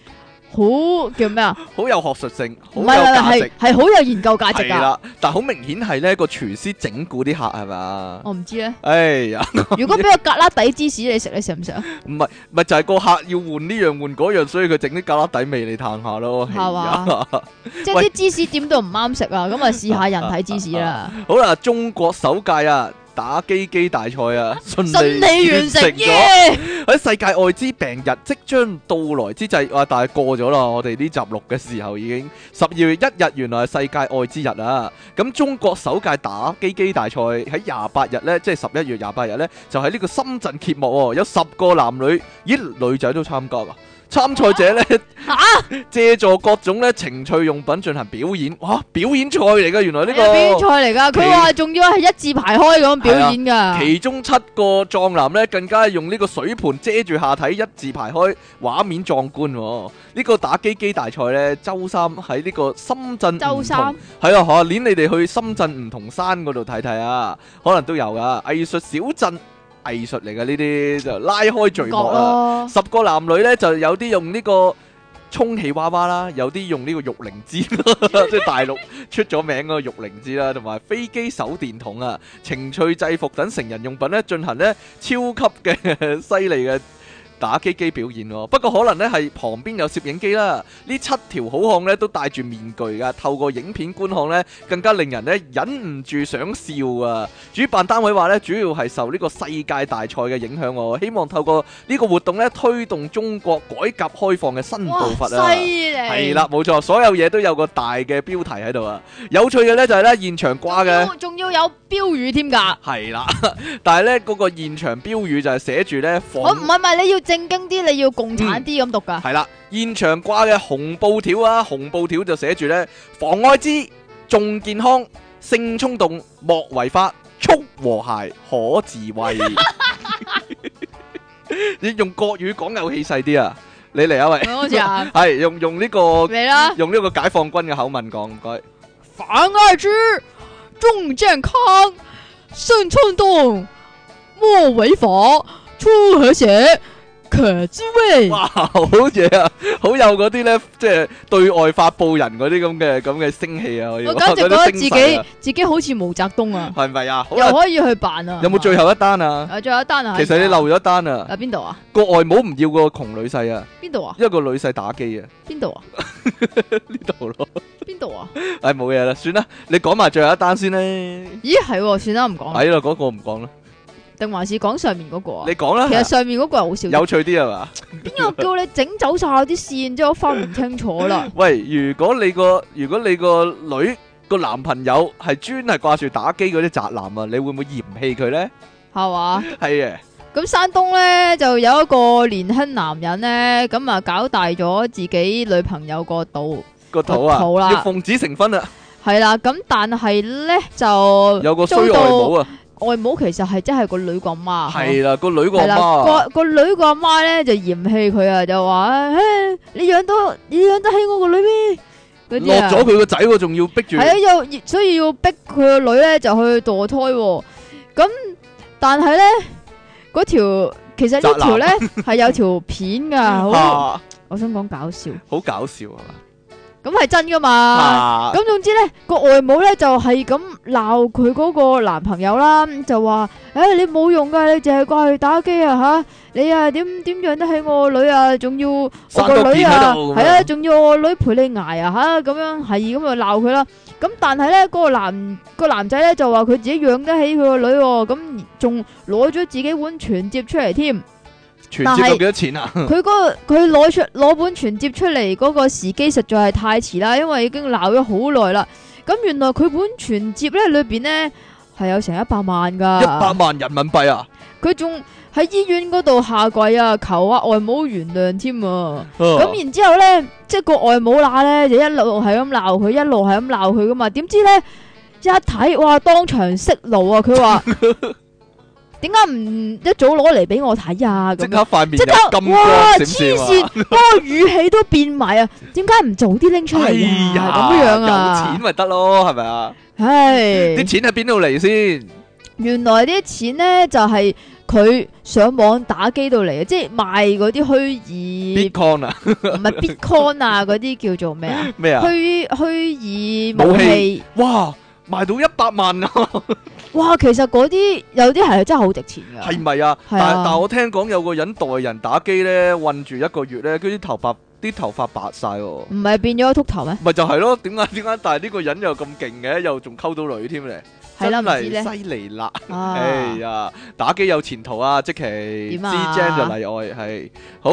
B: 好叫咩啊？
A: 好有學術性，好
B: 唔
A: 有
B: 係唔係
A: 價
B: 係
A: 值，
B: 係好有研究價值
A: 係
B: 啊㗎。
A: 啦。但係好明顯係咧個廚師整蠱啲客係嘛？
B: 我唔知咧，
A: 哎呀，
B: 如果俾個格拉底芝士你食，你食唔食啊？
A: 唔係咪就係個客要換呢樣換嗰樣，所以佢整啲格拉底味你嘆下咯。
B: 係嘛
A: 係啊
B: 即係啲芝士點都唔啱食啊，咁啊試下人體芝士啦。
A: 好啦，中國首屆啊打機機大賽啊，順
B: 順利完成
A: 咗。
B: 耶！
A: 喺世界艾滋病日即將到來之際，哇！但係過咗啦，我哋呢集錄嘅時候已經十二月一日，原來係世界艾滋日啊！咁中國首屆打機機大賽喺廿八日呢，即係十一月廿八日呢，就喺呢個深圳揭幕喎、有十個男女，咦女仔都參加啊！參賽者呢， 借助各種咧情趣用品進行表演，哇！表演賽嚟嘅，原來呢、
B: 呢
A: 個
B: 個邊賽嚟㗎？佢話仲要係一字排開咁表演㗎。
A: 其中七個壯男咧，更加係用呢個水盤遮住下體，一字排開，畫面壯觀、喎。呢、個打機機大賽咧，周三喺呢個深圳唔同，
B: 周三
A: 係啊，下年你哋去深圳梧桐山嗰度睇睇啊，可能都有噶。藝術小鎮藝術嚟嘅呢啲就拉開序
B: 覺
A: 幕啊！
B: 咯，
A: 十個男女咧，就有啲用呢個充氣娃娃啦，有啲用呢個玉靈芝啦，即係大陸出咗名嗰個玉靈芝啦，同埋飛機手電筒啊、情趣制服等成人用品咧，進行咧超級嘅犀利嘅。打機機表演喎，不過可能咧係旁邊有攝影機啦。呢七條好漢咧都戴住面具噶，透過影片觀看咧，更加令人咧忍唔住想笑啊！主辦單位話咧，主要係受呢個世界大賽嘅影響喎，希望透過呢個活動咧，推動中國改革開放嘅新步伐
B: 哇，
A: 啊！
B: 犀利！
A: 係啦，冇錯，所有嘢都有個大嘅標題喺度啊！有趣嘅呢，就係呢現場掛嘅。哦
B: 仲要-仲要有標語添㗎。
A: 係啦， 但係呢嗰個現場標語就係寫住呢防
B: 哦我唔係-唔係，你要正經啲，你要共產啲咁讀㗎。
A: 係啦，現場掛嘅紅布條啊，紅布條就寫住呢防愛滋、重健康、性衝動、莫違法、促和諧、可自 衛。你用國語講有氣勢啲啊！你嚟啊喂，
B: 好似啊，
A: 係用用呢個
B: 嚟啦。
A: 用呢個解放軍嘅口吻講，唔該。 哇，好嘢啊！好有嗰啲咧，即係對外發布人嗰啲咁嘅咁嘅聲氣啊！我要
B: 我簡直
A: 嗰啲
B: 覺得
A: 聲
B: 自己-
A: 勢啊
B: 自己好似毛澤東啊，
A: 係咪啊？好啦，
B: 又可以去扮啊。
A: 有冇最後一單啊？
B: 啊，仲有一單啊，
A: 其實你漏咗一單
B: 哎
A: 啊！個外母唔要個窮女婿啊，
B: 啊，邊度啊？
A: 因為
B: 邊度啊？邊度啊？邊度啊？
A: 個女婿打機 啊，呢度咯。
B: 啊
A: 唉，哎冇嘢啦，算啦，你講埋最後一單先咧。
B: 咦，係喎，算啦，唔講啦。
A: 係啦，嗰個唔講啦，
B: 定還是講上面嗰個啊？
A: 你講啦。
B: 其實上面嗰個係好笑啲。
A: 有趣啲係嘛？
B: 邊個叫你整走晒我啲線啫？我分唔清 楚啦。
A: 喂，如果你個如果你個女個男朋友係專係掛住打機嗰啲宅男啊，你會唔會嫌棄佢咧？
B: 係嘛？
A: 係啊。
B: 咁山東咧就有一個年輕男人咧，咁啊搞大咗自己女朋友個肚，
A: 個肚啊，
B: 個肚啦
A: 要奉子成婚啊，
B: 係啦。咁但係咧就
A: 有個衰外母啊，
B: 外母其實係真係個女個阿媽，
A: 係啦，個女個
B: 啊係
A: 阿媽啊
B: 啦，個個女個阿媽咧就嫌棄佢啊，就話唉你養到你養得起我個女咩？嗰啲
A: 落
B: 啊
A: 咗佢個仔喎，仲要逼住
B: 系，啊，又所以要逼佢個女咧就去墮胎、喎。咁但係咧，嗰條其實呢條咧係有條 片噶，好，
A: 啊，
B: 我想講搞笑，
A: 好搞笑啊嘛
B: 咁係真噶嘛。
A: 啊，
B: 咁總之咧，個外母咧就係咁鬧佢嗰個男朋友啦，就話：，诶、你冇用噶，你淨係掛去打機啊吓，你啊點點養得起我個女啊，仲要我
A: 生多
B: 個女
A: 片喺
B: 啊，
A: 度咁
B: 係啊，
A: 樣
B: 仲要我女陪你捱啊吓，咁樣係咁就鬧佢啦。咁咁但係咧，嗰、個男、個男仔咧就話佢自己養得起佢個女喎，咁仲攞咗自己本存摺出嚟添。
A: 全
B: 但
A: 接
B: 係
A: 到幾多錢啊？
B: 佢嗰個佢攞出攞本存摺出嚟嗰個時機實在係太遲啦，因為已經鬧咗好耐啦。咁原來佢本存摺咧裏邊咧係有成一百萬噶，
A: 一百萬人民幣啊！
B: 佢仲喺醫院嗰度下跪啊，求啊外母原諒添啊！
A: 哦
B: 咁然之後咧，即係個外母乸咧就一路係咁鬧佢，一路係咁鬧佢噶嘛。點知咧一睇，哇，當場息怒啊！佢 話點解唔一早攞嚟俾我睇啊？
A: 即
B: 咁樣
A: 刻塊面
B: 即刻
A: 有金光
B: 哇
A: 閃
B: 黐
A: 閃
B: 線
A: 啊！，
B: 嗰個語氣都變埋啊！點解唔早啲拎出
A: 哎
B: 嚟
A: 呀，
B: 啊？咁樣
A: 有
B: 啊
A: 錢？咪得咯，係咪啊？
B: 唉
A: 啲，錢喺邊度嚟先？
B: 原來啲錢咧就係佢上網打機度嚟嘅，即係賣嗰啲虛擬
A: Bitcoin 啊，
B: 唔係 Bitcoin 啊，嗰啲叫做咩啊？
A: 咩啊？
B: 虛虛擬武
A: 武
B: 器
A: 器，哇，賣到一百萬啊！
B: 哇！其實嗰啲有啲係真係好值錢㗎，
A: 係咪啊？
B: 係
A: 但
B: 啊
A: 但我聽講有個人代人打機咧，困住一個月咧，跟住啲頭髮啲頭髮白晒喎。
B: 唔係變咗禿頭咩？
A: 咪就係咯，點解點解？但係呢個人又咁勁嘅，又仲溝到女添咧，
B: 係啦，
A: 真
B: 唔知咧
A: 係，犀利啦！
B: 啊
A: 哎呀，打機有前途啊，即其之
B: 點啊
A: Jan 就例外係好。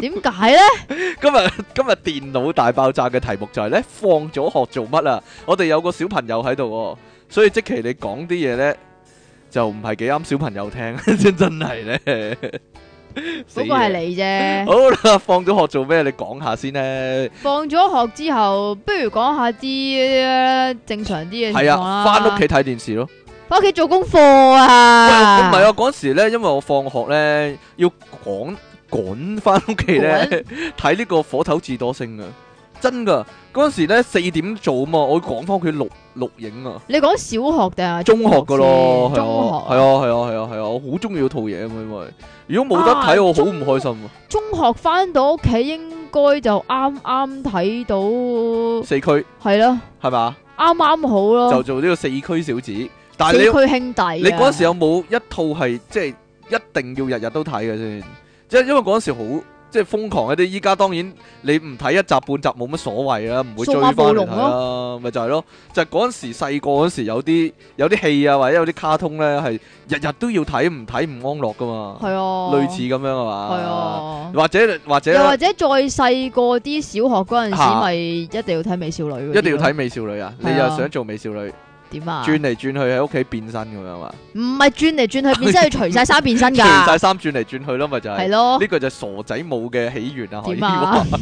B: 點解咧？
A: 今日 今日電腦大爆炸嘅題目就係咧放咗學做乜啊？我哋有個小朋友喺度喎，所以即期你講啲嘢咧就唔係幾啱小朋友聽， 真真係咧。死
B: 嗰個係
A: 嘢
B: 你啫。
A: 好啦，放咗學做咩？你講下先咧。
B: 放咗學之後，不如講下啲呃正常啲嘅情
A: 係
B: 況啦。
A: 啊，翻屋企，睇電視咯。
B: 翻屋企做功課啊！
A: 唔係啊，嗰陣時咧，因為我放學咧要趕趕翻屋企咧 睇呢個火頭智多星啊，真噶！嗰陣時咧四點做啊嘛，我要趕翻屋企錄錄影啊。
B: 你講小學定係
A: 中學噶咯，係
B: 啊中學
A: 啊，係啊，係啊，係啊，係啊，我好中意嗰套嘢啊嘛，因為如果冇得
B: 啊
A: 睇，我好唔開心啊。
B: 中學翻到屋企應該就啱啱睇到，
A: 四區
B: 係咯，
A: 係嘛，
B: 啱啱好
A: 就
B: 咯。
A: 做呢個四區小子。但
B: 哦四
A: 係
B: 區兄弟啊，
A: 你你嗰陣時有冇一套係即係一定要日日都睇嘅先？即係因為嗰陣時好即係瘋狂一啲，依家當然你唔睇一集半集冇乜所謂啦，唔會
B: 數
A: 追
B: 碼
A: 翻
B: 暴
A: 嚟
B: 龍
A: 睇啦，咪就係咯。就係嗰陣時細個嗰陣時有啲有啲戲啊，或者有啲卡通咧係日日都要睇，唔睇唔安樂噶嘛。
B: 係啊，
A: 類似咁樣啊
B: 係
A: 嘛，
B: 啊。
A: 或者或
B: 又
A: 者
B: 或者再細個啲小學嗰陣時，
A: 嚇
B: 咪一定要睇美少女嗰啲咯，
A: 一定要睇美少女啊！你
B: 係
A: 又
B: 啊
A: 想做美少女，
B: 點啊？
A: 轉嚟轉去喺屋企變身咁樣啊嘛，
B: 唔係轉嚟轉去變身，要除晒衫變 身
A: 除晒
B: 㗎，
A: 衫轉嚟轉去咯，咪就
B: 係
A: 係
B: 咯。
A: 呢個就係傻仔舞嘅起源啊！可以
B: 哦點啊
A: 話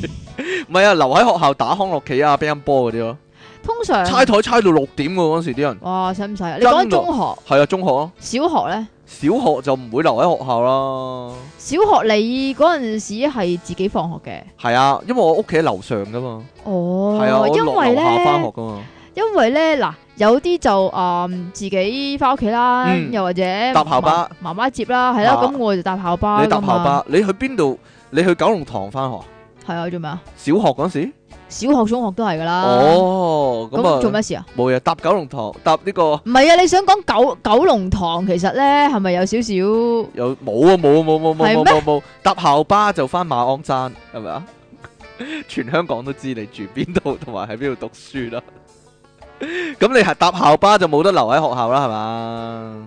A: 唔係啊，留喺學校打康樂棋啊、乒乓波嗰啲咯，
B: 通常
A: 猜台猜到六點嘅嗰時啲人，
B: 哇，使唔使啊？你
A: 真
B: 講
A: 㗎
B: 中學、
A: 係啊，中學咯，
B: 小學咧？
A: 小學就唔會留喺學校啦，
B: 小學你嗰陣時係自己放學嘅，
A: 係啊，因為我屋企喺樓上噶嘛，
B: 哦，
A: 係啊，我
B: 因
A: 落樓
B: 為
A: 下翻學
B: 咧，
A: 噶嘛，
B: 因為咧嗱，有啲就啊、嗯自己翻屋企啦，
A: 嗯
B: 又或者
A: 搭校巴
B: 媽，媽媽接啦，係啦，
A: 啊
B: 咁我就搭校巴，
A: 你搭校，巴，你去邊度？你去九龍塘翻學？
B: 係啊，做咩啊？
A: 小學嗰時？
B: 小學、中學都係噶啦，，
A: 哦，咁啊，
B: 啊咁做咩事啊？
A: 冇嘢，搭九龍塘，搭呢個
B: 唔係啊，你想講九九龍塘其實咧係咪有少少？
A: 有冇啊？冇啊冇冇冇
B: 係
A: 冇
B: 咩
A: 冇冇，搭校巴就翻馬鞍山，係咪啊？ 全香港都知你住邊度，同埋喺邊度讀書啦。咁你係搭校巴就冇得留喺學校啦，係嘛？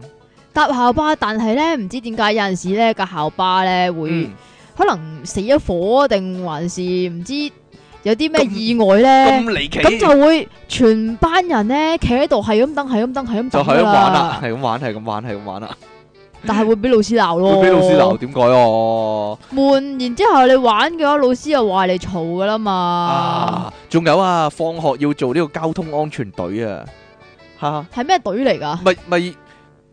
B: 搭校巴，但係咧唔知點解有陣時咧架校巴咧會。
A: 嗯，
B: 可能死咗火定還是唔知有啲咩
A: 咁
B: 意外咧，
A: 咁離奇，
B: 咁就會全班人咧企喺度係咁等，係咁等，係咁
A: 就
B: 等
A: 係咁玩
B: 㗎
A: 啦，
B: 啦。
A: 係咁玩，係咁玩，係咁玩啦，
B: 但係會俾老師鬧咯，
A: 會俾老師鬧，點解哦？
B: 悶。然之後你玩嘅話，老師又話你嘈噶啦嘛。
A: 啊，仲有啊，放學要做呢個交通安全隊啊，吓。
B: 係咩隊嚟㗎？
A: 咪咪，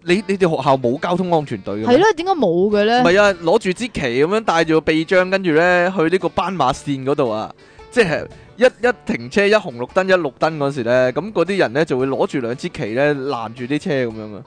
A: 你你哋學校冇交通安全隊嘅咩？
B: 係咯，點解冇嘅
A: 唔
B: 咧？
A: 係啊，攞住支旗咁樣，戴住個臂章，跟住咧去呢個斑馬線嗰度啊，即係一一停車一紅綠燈一綠燈嗰時咧，咁嗰啲人咧就會攞住兩支旗咧攔住啲車咁樣啊，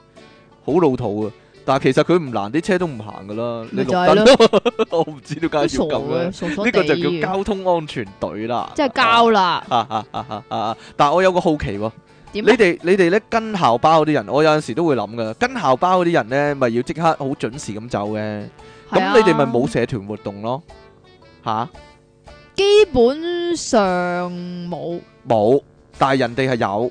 A: 好老土啊！但係其實佢唔攔啲車都唔行噶啦，你
B: 咪
A: 綠
B: 就係咯
A: 燈 我唔知點解要
B: 好傻
A: 咁樣，
B: 嘅，
A: 呢
B: 傻傻
A: 個
B: 地
A: 就
B: 嘅
A: 叫交通安全隊啦，
B: 即係交啦。
A: 啊啊啊啊啊啊！但係我有個好奇喎、
B: 點啊
A: 你
B: 咧？
A: 哋你哋咧跟校巴嗰啲人，我有陣時都會諗噶，跟校巴嗰啲人咧，咪要即刻好準時咁走嘅。
B: 係啊
A: 咁你哋咪冇？社團活動咯？吓，
B: 基本上冇。
A: 冇，但係人哋係有，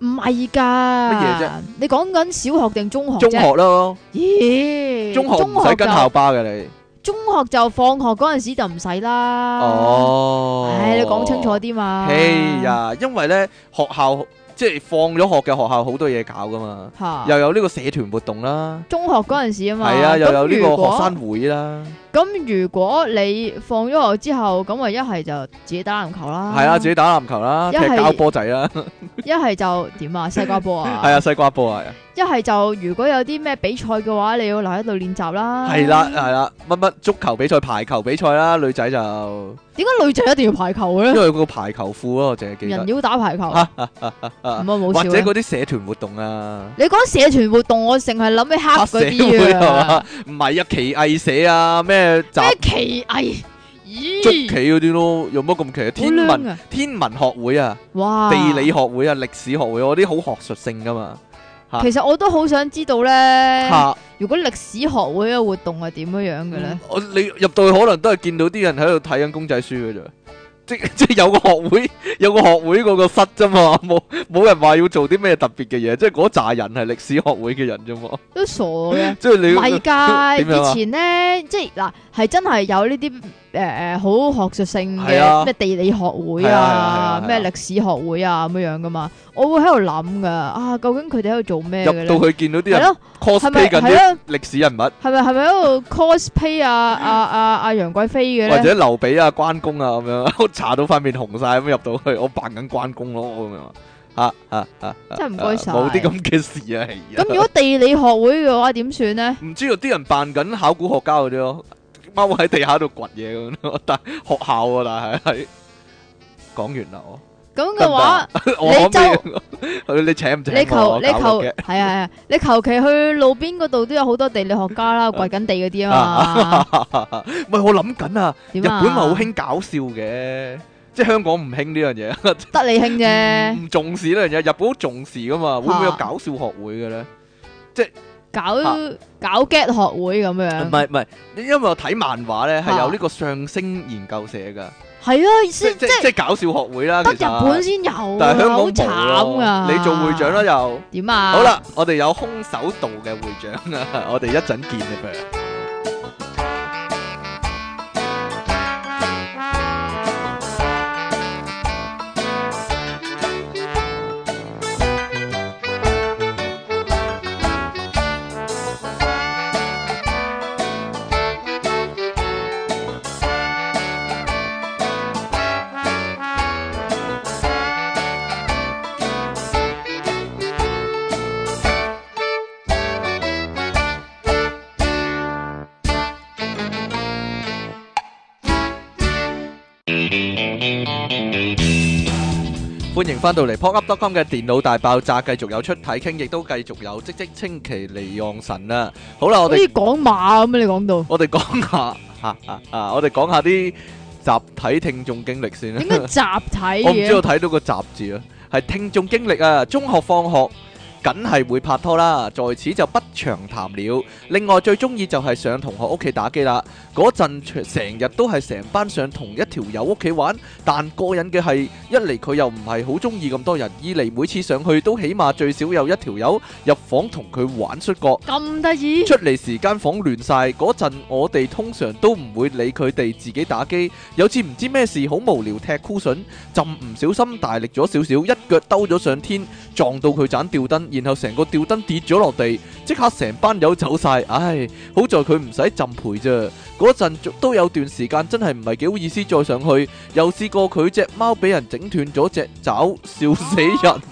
B: 唔係㗎，
A: 乜嘢啫？
B: 你講緊小學定中學啫？
A: 中學咯，
B: 咦？
A: 中學唔使跟
B: 就
A: 校巴嘅你。
B: 中學就放學嗰陣時就唔使啦。，
A: 哦，
B: 唉，你講清楚啲啊嘛。
A: 哎呀，因為咧學校即係放咗學嘅學校好多嘢搞噶嘛，
B: 嚇，
A: 又有呢個社團活動啦，
B: 中學嗰陣時啊嘛。
A: 係啊，又有呢
B: 啊咁如
A: 個
B: 果
A: 學生會啦，
B: 咁如果你放咗學之後，咁啊一係就自己打籃球啦。
A: 係啊，自己打籃球啦，
B: 一
A: 踢
B: 係
A: 膠波仔啦，
B: 一係就點啊，西瓜波 啊。
A: 係啊，西瓜波啊，
B: 一係就如果有啲咩比賽嘅話，你要留喺度練習啦。
A: 係啦，係啦，乜乜足球比賽、排球比賽啦，女仔 就
B: 點解女仔一定要排球嘅
A: 因
B: 咧？
A: 為個排球褲咯，我淨係記
B: 人
A: 得，
B: 妖打排球，咁啊冇
A: 或
B: 笑
A: 者
B: 啦
A: 嗰啲社團活動啊。
B: 你講社團活動，我淨係諗起
A: 黑社
B: 黑嗰
A: 會
B: 啲
A: 係嘛
B: 啊，？
A: 唔係啊，奇藝社啊，咩集
B: 咩奇藝？
A: 捉
B: 咦，
A: 棋嗰啲咯，有乜咁奇啊？
B: 好
A: 天文
B: 靚啊！
A: 天文學會啊，
B: 哇，
A: 地理學會啊，歷史學會，我啲好學術性噶嘛。
B: 其實我都好想知道咧，
A: 嚇！嗯
B: 如果歷史學會嘅活動係點樣樣嘅咧？
A: 我你入到去可能都係見到啲人喺度睇緊公仔書嘅啫。 即即有個學會，有個學會嗰個室啫嘛，冇冇人話要做啲咩特別嘅嘢，即係嗰扎人係歷史學會嘅人啫嘛，
B: 都傻嘅。
A: 即係你
B: 唔係㗎，
A: 點樣啊
B: 以前咧，即係嗱，係真係有呢啲誒誒好學術性
A: 係啊
B: 嘅咩地理學會
A: 係啊係啊
B: 啊
A: 係啊，
B: 咩歷史學會啊咁樣樣噶嘛，我會喺度諗噶，啊究竟佢哋喺度做咩嘅
A: 入
B: 咧？
A: 到去見到啲
B: 係
A: 人
B: 咯，係咪
A: cosplay 緊啲
B: 係咯？
A: 歷史人物。
B: 係咪係咪喺度 cosplay 啊啊啊啊楊貴妃嘅
A: 或
B: 咧？
A: 者劉備啊、關公啊咁樣， 我搽到塊面紅晒咁入到去，我扮緊關公咯咁樣。嚇嚇嚇！
B: 真係唔該晒
A: 啊冇啲咁嘅事啊，係
B: 咁如
A: 啊。
B: 果地理學會嘅話點算咧？
A: 唔知道啲人扮緊考古學家嗰啲咯，踎喺地下度掘嘢咁咯。 但學校啊，但係係講完啦，我
B: 咁嘅話，
A: 我
B: 你
A: 可唔可以？ 你請唔請
B: 你
A: 我
B: 求
A: 啊
B: 你
A: 搞
B: 求
A: 嘅
B: 係啊係啊，你求其去路邊嗰度都有好多地理學家啦，掘緊地嗰啲啊嘛，
A: 唔係我諗緊啊，日
B: 點
A: 本
B: 啊？
A: 咪好興搞笑嘅，即係香港唔興呢樣嘢。
B: 得你興啫。
A: 唔重視呢樣嘢，日本好重視噶嘛，會唔會有搞笑學會嘅咧？
B: 搞
A: 啊
B: 搞 get 學會咁樣
A: 唔，係唔係，因為我睇漫畫咧係
B: 啊
A: 有呢個上升研究社噶，
B: 係啊，
A: 即
B: 先
A: 即
B: 即
A: 即搞笑學會啦。
B: 得
A: 其
B: 日
A: 實
B: 本，先有啊，
A: 但係香港
B: 好
A: 冇
B: 慘
A: 咯
B: 噶。
A: 你做會長啦？又
B: 點啊？
A: 好，啦，我哋有空手道嘅會長啊， 我哋一陣見啊，不如。欢迎翻到嚟 p o p u p c o m 嘅電腦大爆炸，繼續有出體傾，亦都繼續有即即清奇離岸神啦。好啦，我
B: 好
A: 哋
B: 似講馬咁啊！你 講到
A: 我哋講下啊啊啊！我哋講下啲集體聽眾經歷先啦。
B: 點解集體
A: 我唔知我
B: 嘅？
A: 睇到個雜字啊，係聽眾經歷啊，中學放學。梗係會拍拖啦，在此就不長談了。另外最中意就係上同學屋企打機啦。嗰陣成日都係成班上同一條友屋企玩，但過癮嘅係一嚟佢又唔係好中意咁多人，二嚟每次上去都起碼最少有一條友入房同佢玩摔角。
B: 咁得意
A: 出嚟時間房亂晒，嗰陣我哋通常都唔會理佢哋自己打機。有次唔知咩事，好無聊踢箍筍，朕唔小心大力咗少少，一腳兜咗上天，撞到佢盞吊燈，然後成個吊燈跌咗落地， 即刻成班友走晒。唉，好在佢唔使浸陪啫。嗰陣都有段時間真係唔係幾好意思再上去，又試過佢只貓俾人整斷咗隻爪，笑死人。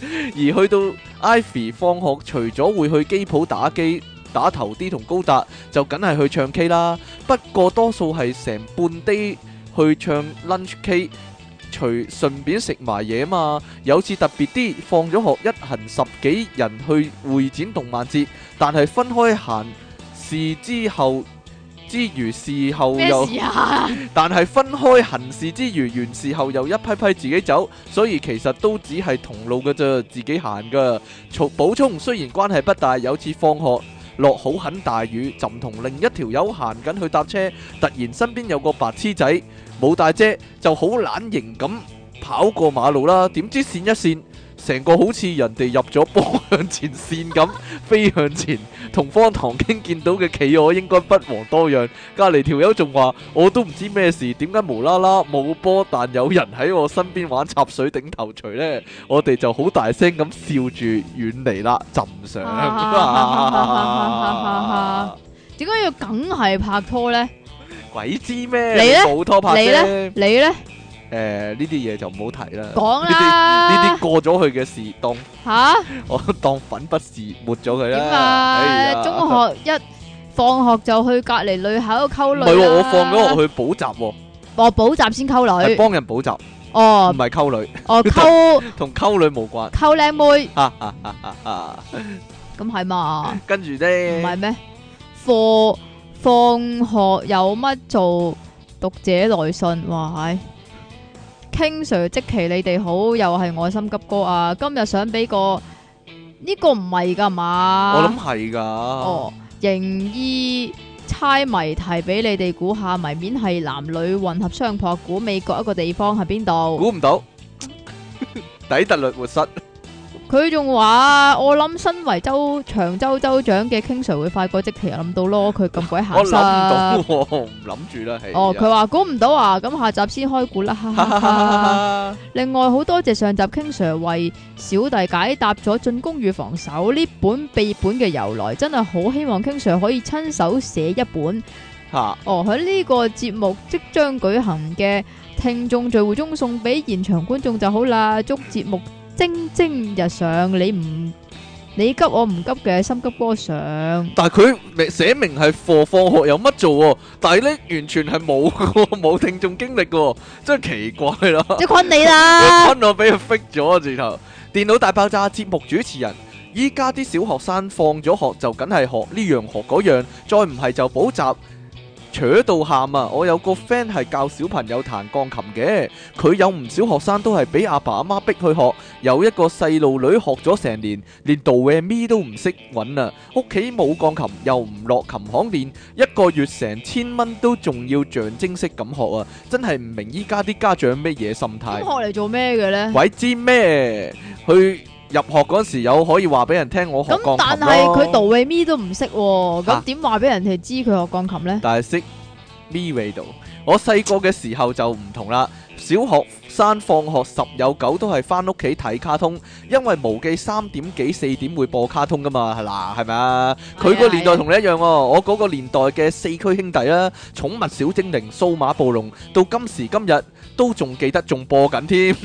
A: 而去到 Ivy 放學，除咗會去機鋪打機、打頭啲同高達，就梗係去唱 K 啦。不過多數係成半 day 去唱 lunch K，除順便食埋嘢嘛。有次特別啲，放咗學一行十幾人去會展動漫節，但係分開行事之後，之餘事後
B: 咩
A: 又。
B: 事啊？
A: 但係分開行事之餘，完事後又一批批自己走，所以其實都只係同路嘅啫，自己行噶。從補充，雖然關係不大，有次放學落好狠大雨，朕同另一條友行緊去搭車，突然身邊有個白痴仔冇帶遮，就好懶型咁跑過馬路啦。點知閃一閃，成個好似人哋入咗波向前線咁飛向前，同方唐經見到嘅企鵝應該不遑多讓。隔離條友仲話：我都唔知咩事，點解無啦啦冇波，但有人喺我身邊玩插水頂頭錘呢？我哋就好大聲咁笑住遠離 啦，朕上。
B: 點解要梗係拍拖咧？
A: 鬼知咩？
B: 你呢
A: 冇拖拍
B: 你
A: 啫。
B: 咧？你咧？
A: 誒呢啲嘢就唔好提啦。
B: 講
A: 呢啲
B: 啦，
A: 過咗去嘅事，當
B: 吓
A: 我當粉筆字抹咗佢啦。
B: 點
A: 哎
B: 啊？
A: 呀
B: 中學一放學就去隔離女校度溝
A: 唔
B: 女
A: 係喎，我放咗
B: 去，
A: 學去補習喎，
B: 我補習先溝
A: 係
B: 女。
A: 幫人補習，唔
B: 哦，
A: 係溝女，
B: 哦溝
A: 同溝女無關。
B: 溝靚妹，
A: 哈哈哈哈哈
B: 咁係嘛？
A: 跟住
B: 唔
A: 咧
B: 係，咩？課放學有乜做？讀者來信，哇係，King Sir 即期你哋好，又係我心急哥啊！今日想俾個呢、個唔係㗎嘛？
A: 我諗啊係㗎。
B: 哦，形意猜謎題俾你哋估下，謎面係男女混合相撲，估美國一個地方喺邊度？
A: 估唔到， 底特律活塞
B: 佢仲話：我諗身為州長州州長嘅 King Sir 會快過即期諗到咯，佢咁鬼
A: 我
B: 鹹
A: 諗唔到哎喎，
B: 濕。
A: 我唔諗住啦，係。
B: 哦， 佢話估唔到啊，咁下集先開估啦，哈哈哈 哈另外好多謝上集 King Sir 為小弟解答咗進攻與防守呢本秘本嘅由來，真係好希望 King Sir 可以親手寫一本。
A: 嚇
B: 哦，喺呢個節目即將舉行嘅聽眾聚會中送俾現場觀眾就好啦。祝節目蒸蒸日上，你唔你急我唔急嘅，心急 哥上。
A: 但係佢明寫明係課放學有乜做喎，但係咧完全係冇喎冇聽眾經歷嘅喎，真係奇怪啦。
B: 即係坤你啦，
A: 坤我俾佢 fake 咗啊！直頭電腦大爆炸節目主持人，依家啲小學生放咗學就梗係學呢樣學嗰樣，再唔係就補習。扯到喊啊！我有個 friend 係教小朋友彈鋼琴嘅，佢有唔少學生都係俾阿爸阿媽逼去學，有一個細路女學咗成年，連 do re mi 都唔識揾啊！屋企冇鋼琴，又唔落琴行練，一個月成千蚊都仲要象徵式咁學啊！真係唔明依家啲家長咩嘢心
B: 咁
A: 態
B: 學。嚟做咩嘅咧？
A: 鬼知咩？佢入學嗰時有可以話俾人聽我學
B: 咁
A: 鋼
B: 但
A: 琴
B: 係佢
A: 咯，
B: 杜慧咪都唔識喎，
A: 嚇
B: 咁點話俾人哋知佢學鋼琴咧？
A: 但係識 mi r 度。我細個嘅時候就唔同啦，小學生放學十有九都係翻屋企睇卡通，因為無記三點幾四點會播卡通噶嘛，係嗱係咪啊？佢個年代同你一樣喎、我嗰個年代嘅四驅兄弟啦，寵物小精靈、數碼暴龍，到今時今日都仲記得，仲播緊添。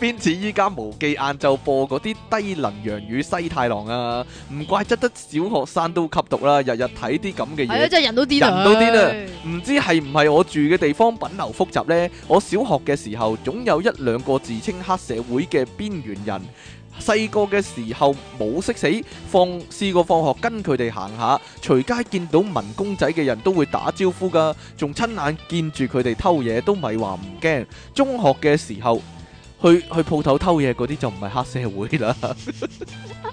A: 邊似依家無記晏晝播嗰啲低能洋語西太郎啊？唔怪得得小學生都吸毒啦，日日睇啲咁嘅
B: 係啊，
A: 嘢。
B: 真係人都癲啊！
A: 人都癲啊！唔知係唔係我住嘅地方品流複雜呢？我小學嘅時候總有一兩個自稱黑社會嘅邊緣人。細個嘅時候冇識死，放試過放學跟佢哋行下，隨街見到民公仔嘅人都會打招呼噶，仲親眼見住佢哋偷嘢都咪話唔驚。中學嘅時候去去鋪頭偷嘢嗰啲就唔係黑社會啦。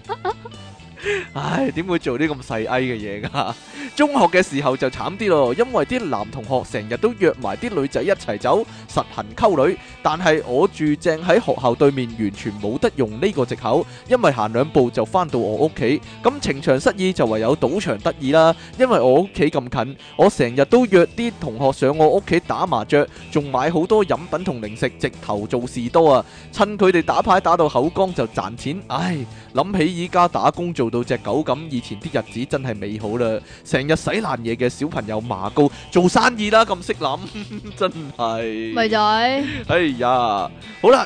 A: 唉，點會做啲咁細埃嘅嘢㗎？中學嘅時候就慘啲咯，因為啲男同學成日都約埋啲女仔一齊走，實行溝女。但係我住正喺學校對面，完全冇得用呢個藉口，因為行兩步就翻到我屋企。咁情場失意就唯有賭場得意啦，因為我屋企咁近，我成日都約啲同學上我屋企打麻雀，仲買好多飲品同零食，直頭做士多啊！趁佢哋打牌打到口乾就賺錢，唉，諗起依家打工做到只狗咁，以前啲日子真係美好啦。成日洗爛嘢嘅小朋友馬高做生意啦，咁識諗， 真係。
B: 咪就係
A: 哎呀，好啦，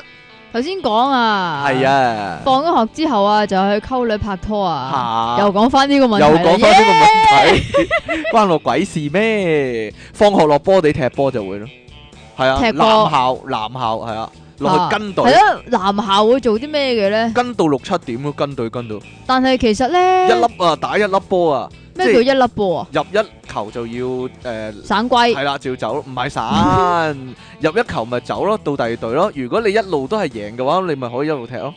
B: 頭先講啊，
A: 係，啊，
B: 放咗學之後啊，就去溝女拍拖啊，
A: 嚇
B: 又講翻呢個問題
A: 又
B: 啦，
A: 講翻呢個問 題，關我鬼事咩？放學落波地踢波就會咯，係啊，
B: 踢
A: 男
B: 波
A: 校男校係啊，
B: Ờ.
A: 落去跟隊
B: 係，咯，男校會做啲咩嘅咧？
A: 跟到六七點咯，跟隊跟到一
B: 但係其實咧，
A: 粒啊，打一粒波啊，
B: 咩叫一粒波啊？
A: 入一球就要誒。
B: 省龜
A: 係啦，照走，唔 係散，入一球咪走咯，到第二隊咯。如果你一路都係贏嘅話，你咪可以一路踢咯。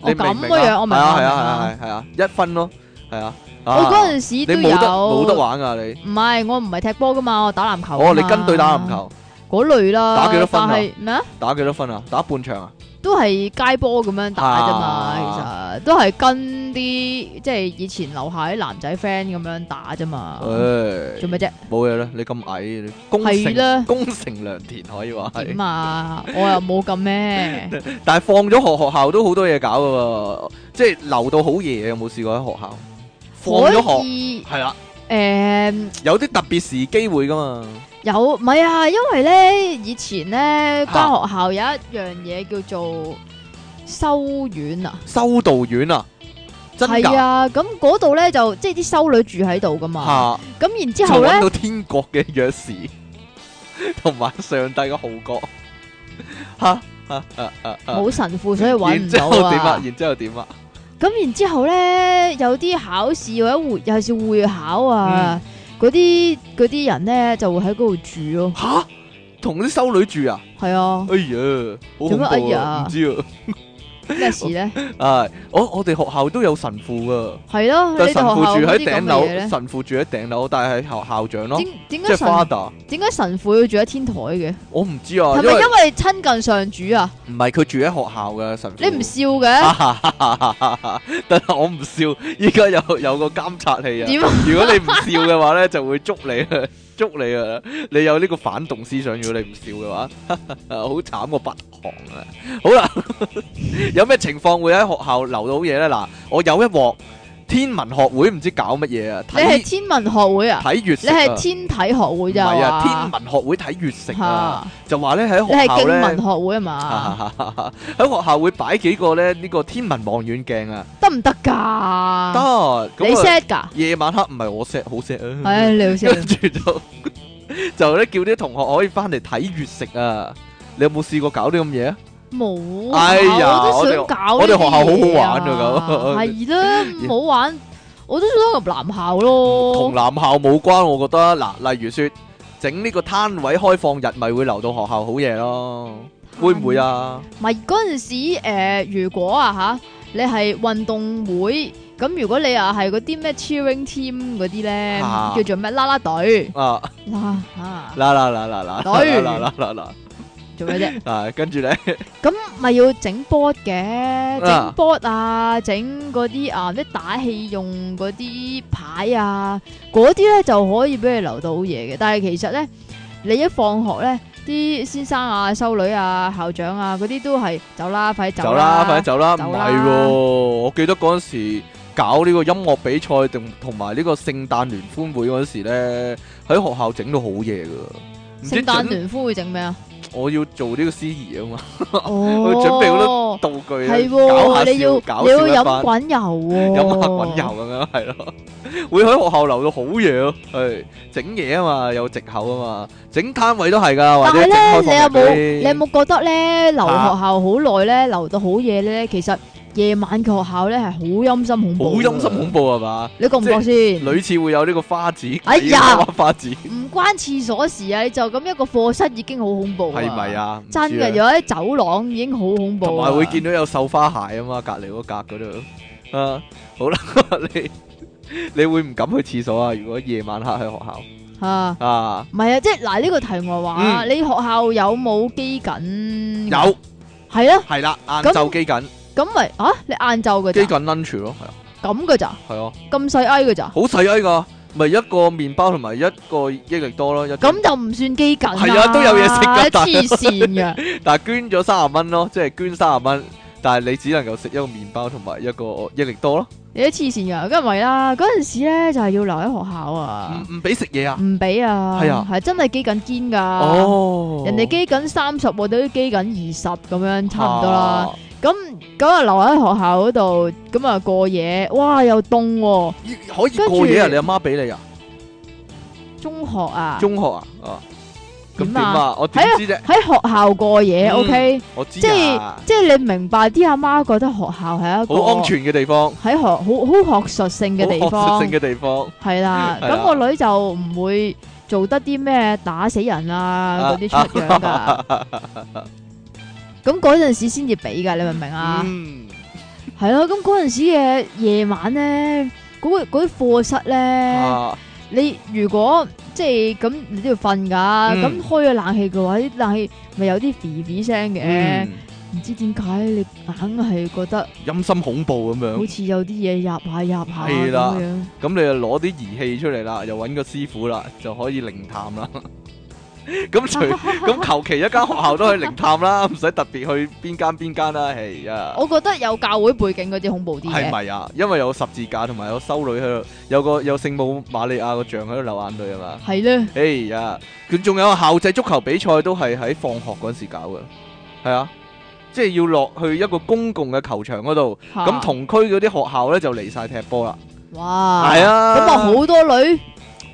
B: 哦
A: 你明唔
B: 咁
A: 明
B: 嘅樣
A: 啊？係
B: 我明
A: 啊係啊係
B: 我
A: 啊係啊，一分咯，係啊。
B: 我
A: 我
B: 嗰陣時
A: 你
B: 都
A: 冇
B: 有，
A: 得冇得玩啊你。
B: 唔係我唔係踢波噶嘛，我打籃球㗎嘛。
A: 哦，你跟隊打籃球，
B: 嗰類啦，
A: 打幾多分啊
B: 但係咩啊？
A: 打幾多分啊？打半場啊？
B: 都係街波咁樣打啫嘛
A: 啊，
B: 其實都係跟啲即係以前樓下啲男仔 friend 咁樣打啫嘛，
A: 唉
B: 做咩啫？
A: 冇嘢啦，你咁矮，你攻
B: 係啦
A: 城攻城良田可以話係
B: 點。啊？我又冇咁咩，
A: 但係放咗學，學校都好多嘢搞噶喎，即係留到好夜，有冇試過喺學校 放咗
B: 可
A: 學？
B: 以
A: 係啦，
B: 誒。
A: 有啲特別時機會噶嘛，
B: 有唔係啊？因為咧以前咧間
A: 啊
B: 學校有一樣嘢叫做修院啊，
A: 修道院啊，真
B: 係
A: 㗎
B: 啊，咁嗰度咧就即係啲修女住喺度噶嘛，
A: 嚇，
B: 咁然之
A: 就
B: 後
A: 揾
B: 咧
A: 到天國嘅鑰匙， 同埋上帝嘅號角，嚇嚇嚇嚇嚇，
B: 冇神父，所以揾
A: 然
B: 唔
A: 之
B: 到
A: 後點啊
B: 啊？。
A: 然之後點啊？
B: 咁然之後咧有啲考試或者會有時會考
A: 嗯
B: 啊，嗰啲嗰啲人咧就會喺嗰度住咯，
A: 吓，同啲修女住啊？
B: 係啊，
A: 哎呀，好
B: 做
A: 恐
B: 乜哎
A: 怖啊！
B: 呀
A: 唔知
B: 咩事咧？
A: 啊，唉，我我哋學校都有神父噶，
B: 係咯，
A: 但
B: 你哋
A: 係神
B: 學校
A: 父住
B: 有
A: 喺
B: 啲
A: 頂
B: 咁嘅嘢咧
A: 樓，？神父住喺頂樓，但係係校校長咯，
B: 點點
A: 即
B: 解
A: 係
B: 神
A: father。
B: 點解神父要住喺天台嘅？
A: 我唔知啊，
B: 係
A: 因
B: 咪
A: 為
B: 因為親近上主啊？
A: 唔係佢住喺學校嘅神父。
B: 你唔笑
A: 啊
B: 嘅？
A: 笑？但係我唔笑，依家有有個監察器啊。
B: 點啊？
A: 如果你唔笑嘅話咧，就會捉你啊， 捉你啊！你有呢個反動思想，如果你唔笑嘅話， 好慘過北韓啊！好啦， 有咩情況會喺學校留到好嘢咧？嗱，我有一鑊天文學會唔知搞乜嘢啊，
B: 你係
A: 睇
B: 天文學會啊？
A: 睇月食
B: 你
A: 啊，
B: 係天體學會
A: 唔
B: 咋？
A: 係啊，
B: 話
A: 天文學會睇月食啊，
B: 嚇
A: 就話咧喺
B: 你
A: 學
B: 係
A: 校
B: 經文
A: 咧。
B: 學會啊嘛？
A: 喺學校會擺幾個咧呢個天文望遠鏡啊，
B: 得唔得
A: 得
B: 㗎？你
A: 咁啊
B: set 㗎？
A: 夜晚黑唔係我 set 好 set 啊。
B: 唉，你好笑
A: 跟。住就就咧叫啲同學可以翻嚟睇月食啊！你有冇試過搞啲咁嘢啊？
B: 冇啊，
A: 哎呀
B: 我都
A: 我
B: 想
A: 哋
B: 搞
A: 我哋學校好好玩
B: 㗎
A: 啊咁
B: 啊係 啦，唔好玩，我都想入男校
A: 同
B: 咯。
A: 男校冇關，我覺得嗱，例如說整呢個攤位開放日，咪會留到學校好夜咯，會唔會啊？
B: 咪嗰陣時誒，如果啊吓，你係運動會，咁如果你又係嗰啲咩 cheering team 嗰啲咧，
A: 啊
B: 叫做咩啦啦隊。
A: 啊
B: 啊啊，
A: 啦啦啦啦啦啦
B: 女
A: 啦啦啦啦
B: 做咩啫？
A: 啊！跟住咧，
B: 咁咪要整 board 嘅，整 board 啊，整嗰啲啊，啲打氣用嗰啲牌啊，嗰啲咧就可以俾你留到好夜嘅。但係其實咧，你一放學咧，啲先生啊、修女啊、校長啊嗰啲都係走啦，快啲
A: 走
B: 走
A: 啦，快啲走啦！唔
B: 走啦
A: 係喎，我記得嗰陣時搞呢個音樂比賽同同埋呢個聖誕聯歡會嗰陣時咧，喺學校整到好夜噶，唔知
B: 聖誕
A: 整
B: 聯歡會整咩啊？
A: 我要做呢個司儀啊嘛，
B: 哦，
A: 準備好道具啊
B: 係
A: 搞下
B: 喎，你
A: 笑
B: 要
A: 搞
B: 你
A: 笑一
B: 要
A: 番
B: 飲滾油喎，
A: 飲下滾油咁樣係咯，會喺學校留到好夜咯，係整嘢啊嘛，有藉口啊嘛，整攤位都係噶，或
B: 但
A: 者
B: 係
A: 整
B: 咧，
A: 開
B: 你有
A: 放日
B: 冇
A: 嗰
B: 你
A: 啲
B: 有冇覺得咧留學
A: 啊
B: 校好耐咧，留到好夜咧？其實夜晚嘅學校咧係好陰森恐怖，
A: 好陰森恐，怖係嘛？
B: 你覺唔覺先？
A: 類似會有呢個花子，
B: 嗯哎呀
A: 花子
B: 唔關廁所事啊！你就咁一個課室已經好恐怖啊
A: 係咪？啊？唔
B: 真
A: 知啊
B: 嘅，有啲走廊已經好恐怖啊，
A: 同埋會見到有繡花鞋啊嘛，隔離嗰格嗰度啊，好啦， 你你會唔敢去廁所啊？如果夜晚黑喺學校
B: 啊，
A: 啊，
B: 唔係啊，即係嗱呢個題外話啊，
A: 嗯
B: 你學校有冇機緊？
A: 有
B: 係啦，
A: 係啦，晏晝機緊
B: 咁咪啊你晏晝嘅
A: 機
B: 咋，
A: 緊 lunch 咯，係啊
B: 咁嘅咋，
A: 係啊，
B: 咁細埃嘅咋，
A: 好細啊呢個，咪一個麵包同埋一個益力多咯，一
B: 咁就唔算機緊
A: 係啊都有嘢食㗎但係
B: 黐線嘅。
A: 但係捐咗三十蚊咯，即係捐三十蚊，但係你只能夠食一個麵包同埋一個益力多咯，
B: 你都黐線噶，梗係唔係啦？嗰陣時咧就係要留喺學校啊，
A: 唔唔俾食嘢啊，
B: 唔俾啊，
A: 係啊
B: 係真係基緊堅噶。
A: 哦，
B: 啊人哋基緊三十，我哋都基緊二十咁樣，差唔多啦。，咁咁啊，留喺學校嗰度，咁啊過夜，哇又凍喎！
A: 可以過夜啊？
B: 跟住
A: 你阿媽俾你啊？
B: 中學啊，
A: 中學啊，啊，咁
B: 點
A: 點
B: 啊
A: 啊？我點知啫？
B: 喺學校過夜
A: 嗯
B: ，OK，
A: 我知
B: 即係
A: 啊，
B: 即係你明白啲阿媽覺得學校係一個
A: 好安全嘅地方，
B: 喺學好好學術性嘅地
A: 好
B: 方
A: 學術性。嘅地方，
B: 係啦，
A: 係啦
B: 咁個女就唔會做得啲咩打死人啊嗰啲出樣 噶。咁嗰陣時先至俾噶，你明唔明啊？
A: 嗯，
B: 係咯，咁嗰陣時嘅夜晚咧，嗰嗰啲課室咧，
A: 啊，
B: 你如果即係咁，你都要瞓噶。
A: 嗯
B: 咁開咗冷氣嘅話，啲冷氣咪有啲 B B 聲嘅。
A: 嗯
B: 唔知點解你硬係覺得
A: 陰森恐怖咁
B: 好
A: 樣。
B: 似有啲嘢入下入下
A: 係
B: 咁
A: 啦
B: 樣。
A: 咁你就攞啲儀器出嚟啦，又揾個師傅啦，就可以靈探啦。 咁除咁求其一間學校都可以靈探啦， 唔使特別去邊間邊間啦。係啊，
B: 我覺得有教會背景嗰啲恐怖啲
A: 係
B: 嘅，
A: 咪啊？因為有十字架同埋有修女喺度，有個有聖母瑪利亞個像喺度流眼淚啊嘛。
B: 係咧，
A: 哎呀，佢仲有個校際足球比賽都係喺放學嗰陣時搞嘅，係啊，即係要落去一個公共嘅球場嗰度，
B: 嚇
A: 咁同區嗰啲學校咧就嚟晒踢波啦，
B: 哇，
A: 係啊，
B: 咁啊好多女，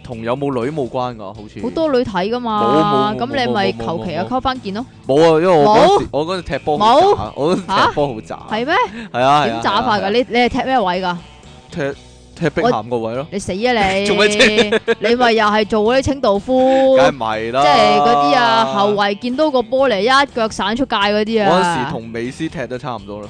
A: 同有冇女冇關㗎，好似
B: 好多女睇噶嘛，
A: 冇冇冇
B: 咁你咪
A: 冇冇
B: 求其啊
A: 冇
B: 溝翻件咯，
A: 冇啊，因為我嗰陣
B: 冇
A: 時我嗰陣踢波好
B: 冇
A: 渣，我嗰陣踢波好渣，
B: 係咩？
A: 係啊，係啊
B: 點打法㗎？
A: 係啊
B: 你你係踢咩位㗎？
A: 踢踢碧咸個位咯，
B: 你死啊 你！
A: 做乜
B: 你咪又係做嗰啲清道夫
A: 梗，係唔係
B: 即
A: 啦，
B: 係嗰啲啊後衞見到個波嚟一腳散出界嗰啲
A: 嗰陣時
B: 啊。
A: 同美斯踢得差唔多啦，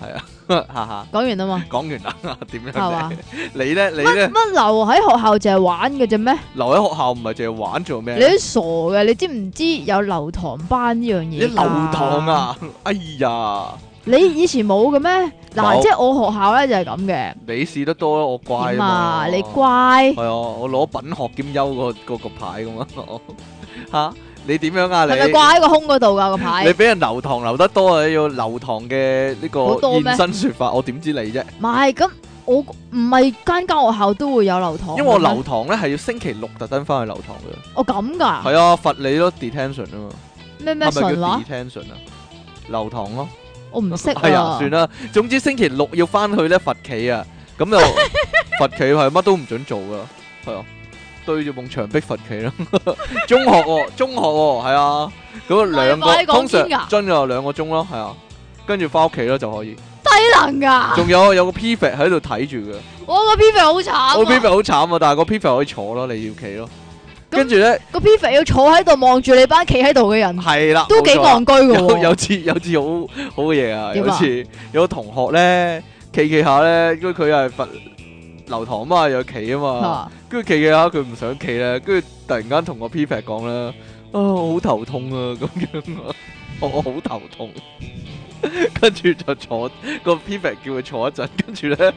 A: 係啊，哈哈，
B: 講完 啦嘛，
A: 講完啦，點
B: 係
A: 樣
B: 嘛
A: 呢？你咧，你咧
B: 乜。乜留喺學校就係玩嘅啫咩？
A: 留喺學校唔係淨係玩做咩？
B: 你都傻嘅，你知唔知有留堂班呢樣
A: 你
B: 嘢？
A: 留堂！啊！哎呀，
B: 你以前冇嘅咩？嗱，
A: 冇
B: 即係我學校咧就係咁嘅。
A: 你試得多啦，我乖啊
B: 點
A: 嘛
B: 啊？你乖
A: 係啊，我攞品學兼優個個個牌噶嘛，我 嚇你點樣啊
B: 係咪
A: 你？
B: 掛喺個胸嗰度㗎個
A: 你
B: 牌？
A: 俾人留堂留得多啊，要留堂嘅呢個
B: 好多咩
A: 現身説法，我點知你啫？
B: 唔係咁，我唔係間間學校都會有留堂㗎
A: 因為
B: 咩。
A: 我留堂咧係要星期六特登翻去留堂嘅，
B: 我咁㗎，
A: 係啊，罰你咯 detention 啊嘛，
B: 咩咩
A: 係咪
B: 神
A: 叫
B: 話？
A: detention 啊？留堂咯。
B: 我唔識
A: 係啊，算啦。總之星期六要翻去咧罰企啊，咁 就罰企係乜都唔准做噶，係啊，對住埲牆壁罰企啦。 中學喎、中學喎、係啊，咁啊兩
B: 喂
A: 個
B: 喂講
A: 通
B: 堅㗎
A: 常真就兩個鐘咯，係啊，跟住翻屋企咯就可以。
B: 低能噶，
A: 仲有有個 p f e 喺度睇住嘅，
B: 我個 P 肥好慘啊，
A: 我 p f e 好慘啊，但係個 p f e 可以坐咯，你要企咯。
B: 咁
A: 跟住咧
B: 個 P 肥要坐喺度望住你班企喺度嘅 人，
A: 係啦，
B: 都幾
A: 冇錯啦
B: 戇居噶
A: 有有
B: 喎。
A: 次有次好好嘢啊！
B: 哦點
A: 有
B: 啊
A: 次有個同學咧，企企下咧，跟住佢又係罰留堂啊嘛，又企啊嘛，
B: 嚇
A: 跟住企企下佢唔想企咧，跟住突然間同我 P 平講啦，啊我好頭痛啊咁樣啊， 我我好頭痛，跟住就坐個 P 平叫佢坐一陣，跟住咧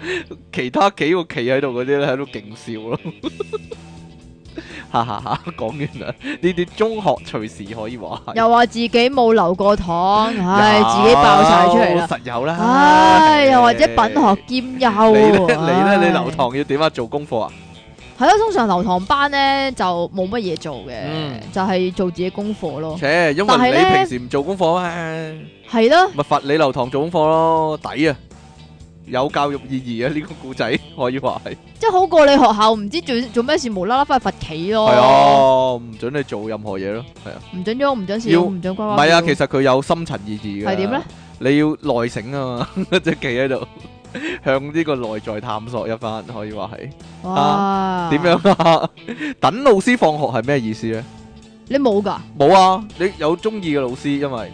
A: 其他幾個企喺度嗰啲咧喺度勁笑咯。 哈哈哈！講完啦，呢啲中學隨時可以話係。
B: 又話自己冇留 過堂，唉，
A: 有
B: 自己爆晒出嚟啦。
A: 實有啦。
B: 唉，又或者品學兼
A: 你
B: 優
A: 咧，
B: 喎。
A: 你咧，你留
B: 唉
A: 堂要點啊？做功課啊？
B: 係咯，通常留堂班咧就冇乜嘢做嘅
A: 嗯，
B: 就係做自己功課咯。
A: 切，因
B: 但
A: 為
B: 係
A: 你
B: 咧
A: 平時唔做功課啊嘛，
B: 係咯，
A: 咪罰你留堂做功課咯，抵啊！有教育意義啊！呢個故仔 可以話係，
B: 即係好過你學校唔知做做咩事無啦啦翻去罰
A: 係
B: 企咯。
A: 啊，唔准你做任何嘢咯，係啊，
B: 唔準喐，唔準
A: 要
B: 笑，唔準乖
A: 唔
B: 乖。
A: 係啊，其實佢有深層意義嘅。
B: 係點咧？
A: 你要耐性啊嘛， 即係企喺度向呢個內在探索一番，可以話係
B: 哇，
A: 點？樣啊？ 等老師放學係咩意思咧？
B: 你冇噶，
A: 冇啊，你有中意嘅老師，因為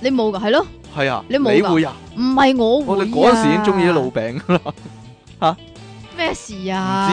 B: 你冇噶，係咯？
A: 係啊，
B: 你冇㗎
A: 會啊，
B: 唔係我會啊
A: 我哋嗰陣時已經中意咗老餅 㗎啦，
B: 咩事啊？
A: 唔